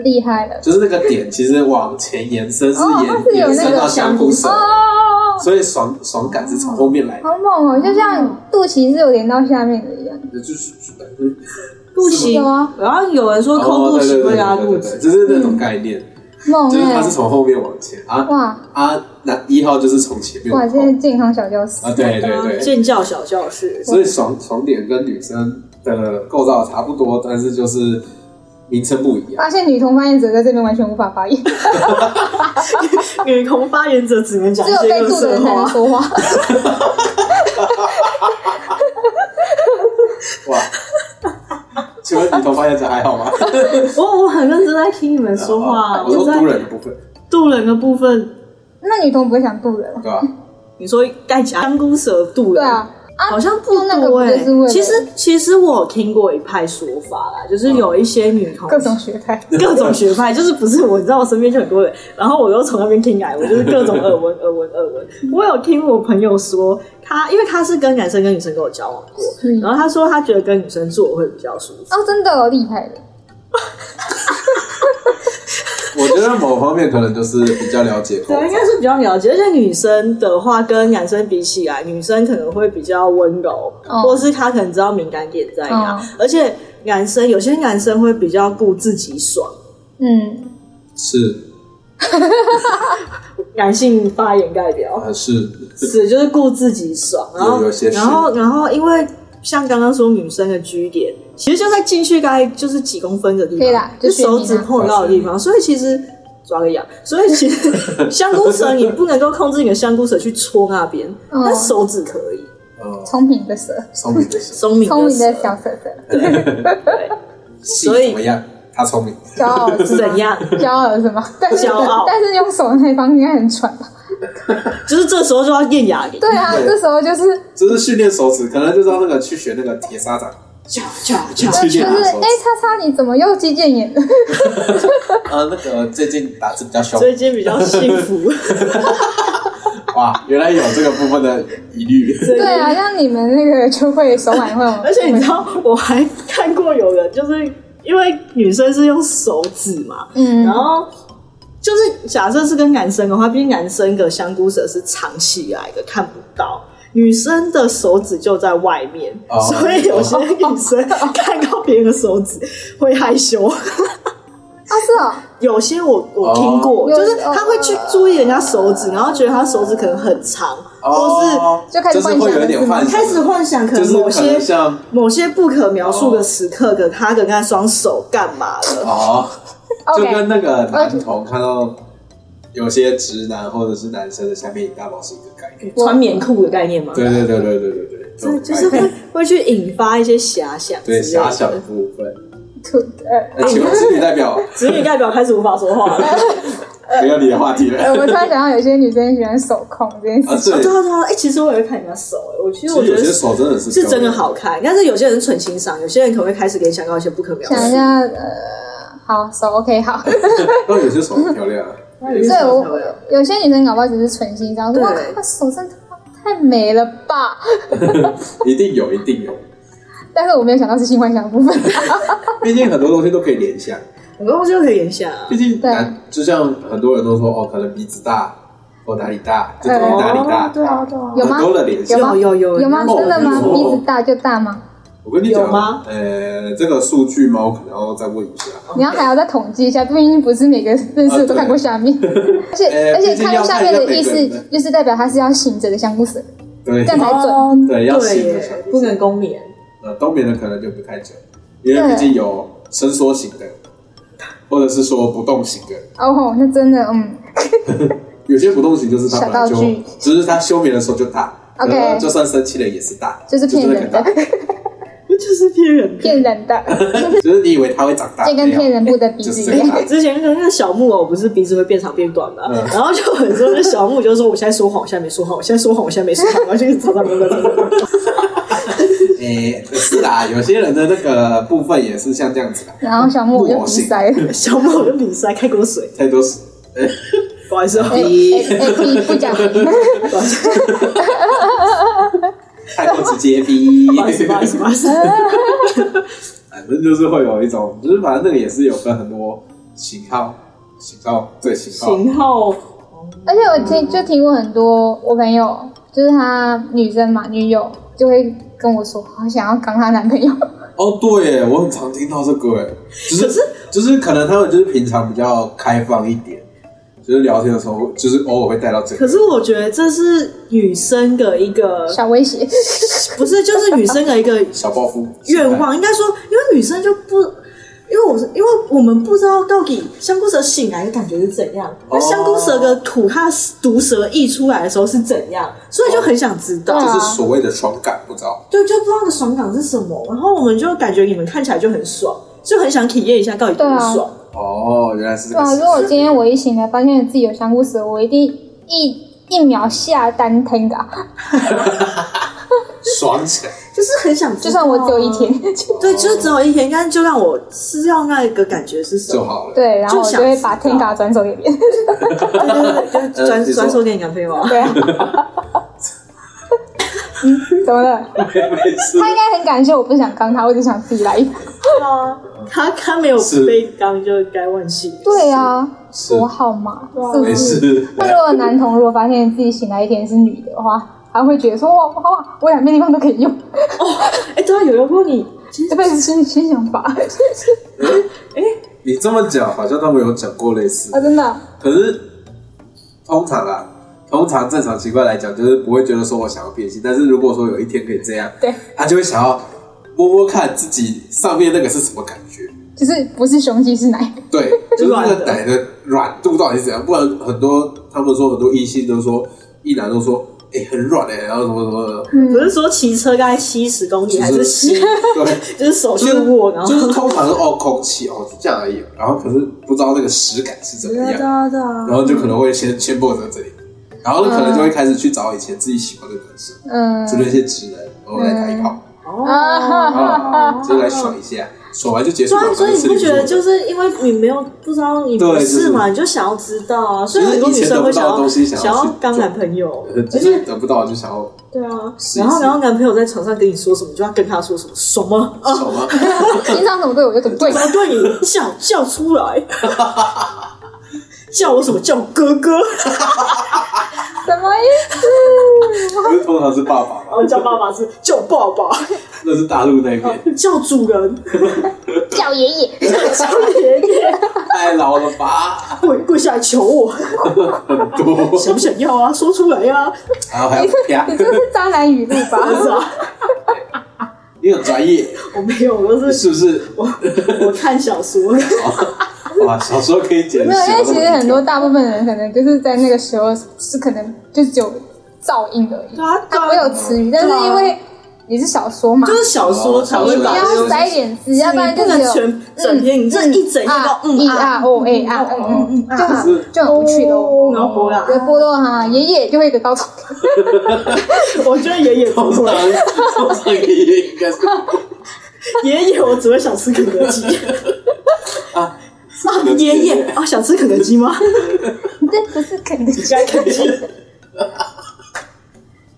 厉害了。
就是那个点其实往前延伸，是
哦
延、
它是有那个
延伸到香菇舌，
哦，
所以爽爽感是从后面来的，嗯
好猛哦，就像肚脐是有连到下面的一样。
就是
不行
有啊。
然后有人说抠
哦
肚
对
脐
对对
会
对
拉
对
肚
对
子
对，，就是那
嗯
种概念，
梦
就是他
哎
是，从后面往前啊
哇
啊，那一号就是从前面
哇，
往
这
后
是健康小教室
啊，对对对，
健教小教室。
所以爽爽点跟女生的构造差不多，但是就是名称 不一样。
发现女同发言者在这边完全无法发言，
哦
女同发言者只能讲
只
一
有
些
被
热
住的
色
人才能
话。
说话。
哦哇，请问你头发现在还好吗？
我我很认真在听你们说话，
我说
在
都人的部分，
渡人的部分，
那女同不会想渡人吗？
对吧？
你说带香菇舌渡人，
对啊，啊
好像不
那那个
多
不就是
欸。
为了
其实其实我有听过一派说法啦，就是有一些女同
各种学派，
各种学派，就是不是我知道我身边就很多人，然后我又从那边听来，我就是各种耳闻耳闻耳 闻。我有听我朋友说，他因为他是跟男生跟女生跟我交往过，
嗯
然后他说他觉得跟女生做会比较舒服。
哦，真的哦厉害的，
我觉得某方面可能就是比较了解构
对，应
造
该是比较了解，而且女生的话跟男生比起来，女生可能会比较温柔，
嗯
或是她可能知道敏感点在哪，
嗯
而且男生有些男生会比较顾自己爽，
嗯，
是
男性发言代表。
啊是
是，就是顾自己爽，然后
有有些是
然后然后因为像刚刚说女生的居点，其实就在进去大概就是几公分的地
对
方
啦，
就
就
手指
选你啦
碰到的地
哦
方，所以其实。抓个痒，所以其 实香菇蛇你不能够控制你的香菇蛇去戳那边，
嗯
但手指可以，
呃
聪明的蛇，
聪明 的小
聪明
聪明的
蛇
小蛇 蛇，
对
细
所以
怎么样？他聪明，
骄傲了是吗
怎？样？
骄傲了 是吗？但是
骄傲
但是用手那一方应该很喘吧？
就是这时候就要验牙龈，
对啊，
对
这时候就是
这是训练手指，可能就让那个去学那个铁砂掌，
敲敲敲
就
去
是
练
哎，
拿手指
叉叉，你怎么又肌腱炎了？
呃，那个最近打字比较凶，
最近比较幸福，
哇，原来有这个部分的疑虑，
对
对啊，像你们那个就会手腕会往，
而且你知道，我还看过有人，就是因为女生是用手指嘛，
嗯
然，后就是假设是跟男生的话，毕竟男生的香菇舌是藏起来的，看不到。女生的手指就在外面
哦
所以有些女生看到别人的手指会害 羞。
啊是哦，
有些我我听过
哦
就是她会去注意人家手指，然后觉得她手指可能很长，或
哦
就开始
是会有一点
幻
幻
是
想，
开始幻想可
就
能
是
某
可
些
能像
某些不可描述的时刻，可他的那双手干嘛了？
哦，就
OK
跟那个男童看到有些直男或者是男生的下面一大包是一个概念。
我
穿棉裤的概念吗？
对对对对对对对，
这
这种
就是
概
会
念
会去引发一些遐想之类
对哎
的，
遐想的部分。
土呃，
那请问是你代表
子女代表开始无法说话了。
没有你的话题
呃
了？
我突然想到有些女生喜欢手控这件
啊，
事，
哦
对
对，啊对啊，哎、其实我也会看人家手、哎，我其实
其
我
实
觉
有
得
些手真的是
是真的好看，但是有些人是纯欣赏，有些人可能会开始联想到一些不可
啊
描述。
想一下呃，好手 OK 好，
漂亮，然后有些手很漂亮啊。
有些
对
手
我
漂亮
有些女生搞不好只是存心这样说，哇
对
靠，手真他妈太美了吧！
一定有，一定有，
但是我没有想到是性幻想的部分，
毕竟很多东西都可以联想。
很多东西都可以联想啊
毕。竟
对
男，就像很多人都说哦，可能鼻子大，或哪里大，这
对
里哪里大，
哦对啊对啊
有吗
很多的联想
有。吗
有有
有吗？
有
真的吗？
有
鼻子大就大吗？
我跟你讲
有吗，
呃，这个数据猫可能要再问一下。
你要还要再统计一下，毕竟不是每个认识的都看过下 面，而且
呃
而且
毕竟
看
要
过下面的
看一
意
下每个人的
思就是代表他是要醒着的香菇蛇，
对
这，样才准。
哦
对要
对
醒着
耶
想，
不能冬眠。
呃，冬眠的可能就不太久，因为
对
毕竟有伸缩型的，或者是说不动型的。
哦吼，那真的嗯，
有些不动型就是它本来就
小道具，
只是它休眠的时候就大，
OK
可能就算生气了也是大，
就是骗人的
就，是那个
不 就是骗人的？
骗人 的，
大，就是你以为它会长 大，
就跟
没有
骗人部的鼻
就
子一
是这个
样。
大。
之前那个小木偶不是鼻子会变长变短嘛，
嗯
然后就很多那小木就说我现在说谎，我现在没说谎，我现在说谎，我现在没说谎，然后就一直找到那个。
诶，是啦，有些人的那个部分也是像这样子啦，
然后小木我就鼻塞了，
小木偶跟比赛开口水，
太多事。呃
不好意思哦，
哎哎哎，不不讲，
不好意思，
太过直接 逼
不，好意思，不好意思，不好意思。
反正就是会有一种，就是反正那个也是有分很多型号，型号对型号，
型号
而且我听就听过很多我朋友，就是她女生嘛，女友就会跟我说，好想要刚她男朋友，
哦，对耶，我很常听到这个，哎，就是
可是
就是可能他们就是平常比较开放一点，就是聊天的时候，就是偶尔会带到这
可
个。
是我觉得这是女生的一个，
小威胁，
不是就是女生的一个
小报复
愿，望，应该说，因为女生就不，因为我是因为我们不知道到底香菇蛇醒来的感觉是怎样，那、
哦
香菇蛇的吐它毒蛇溢出来的时候是怎样，所以就很想知道，
哦
就是所谓的爽感，不知道。
对，就不知道那个爽感是什么，然后我们就感觉你们看起来就很爽，就很想体验一下到底多
对啊
爽，
哦，原来是这
对
个
啊，
事
如
情。
果今天我一醒来发现自己有香菇蛇，我一定一一秒下单 Tenga，
爽起来，
就是很想知
就
道啊
算我只有一。 天，就
对，就是只有一天，但就让我知道那个感觉是什
就
么。
好了。
对，然后我就会把
就想知道
Tenga 转手给别 人。
对对对，就是
呃
转
你说
转手给你男朋友啊。
对啊，嗯，怎么了？
没事
他应该很感谢我不想刚他，我只想自己来一把。
他他没有
是
被当，就该万幸。
啊对啊，
是
多好嘛，是
没
不是？
事，
啊那如果男同如果发现自己醒来一天是女的话，他会觉得说哇哇哇，我两边地方都可以用，
哎，对啊，有人问你，
这辈子新新想法
你这么讲好像他们有讲过类似的
啊，真的。
可是通常啊，通常正常习惯来讲，就是不会觉得说我想要变性，但是如果说有一天可以这样，
对，
他就会想要摸摸看自己上面那个是什么感觉。
就是不是雄鸡是奶，
对，就是那
软
个
的
奶的软度到底是怎样？不然很多他们说很多异性都说，一男都说，哎、很软哎、然后什么什么的，
不是说骑车大概七十公里，还是骑，
对，
就是手
就
去
是
握，然后
就是通常是哦空气哦就这样而已，然后可是不知道那个实感是怎么样，
啊对啊
然后就可能会先先波折这里，然后可能就会开始去找以前自己喜欢的男生，
嗯，
除了一些直男，然后来打一炮，
哦，
啊，就是来爽一下，爽完就结束
所
了。
以所以你不觉得
是
就是因为你没有不知道你不
对就是
是嘛，你就想要知道啊，所
是
很多女生会想
以前得不到的东
要
西想要
要
去
当男朋友，
就
而
是
且
得不到就想要
对啊，
试一
然后
试
然后男朋友在床上跟你说什么，就要跟他说什么，什么啊，
爽吗？
平常怎么对我就怎么对
我，要对你叫叫出来， 叫我什么叫我哥 哥，
什么意思？
因为通常是爸爸
然后
嘛，
叫爸爸是叫我爸爸，
那是大陆那边，
叫主人，
叫爷爷，
叫爷爷。
太老了吧，
跪跪下来求我，
很多，
想不想要啊？说出来呀、啊，
然后还要啪
你，这是渣男语录吧？
是啊，
你很专业，
我没有，我都是
是不是？
我我看小说，
哇，小时候可以解释，
没有，因为其实很多大部分人可能就是在那个时候是可能就只有噪音而已
对，啊，
它不会有词语，但是因为你是小说嘛
就，是小说才
你
会
一定
把这
要
个，
塞一点字，要不然
你
就
不
只
能
有
全整篇，你这一整页都嗯
一啊哦哎啊嗯嗯嗯，就很就很无趣的哦。
然后啊波啦
觉，得波多哈爷爷就会有一个高潮，
我觉得爷啊爷不
通
会
常， 通常也应该是
爷爷我只会想吃肯德基。
啊
啊，爷爷啊，想吃肯德基吗？
你这不是肯德基？
该肯德基。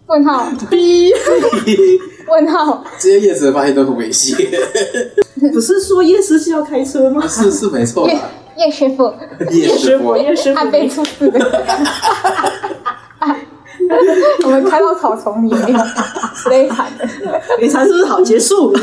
问号
逼，
问号，
这些叶子的发现都很猥亵，
不是说夜市是要开车吗？
是是没错
叶
吧？
叶师傅
叶
师
师
傅，
傅，
啊夜师
他
傅，
被 处 死的。我们开到草丛里面，悲惨的。
你才是不是好结束？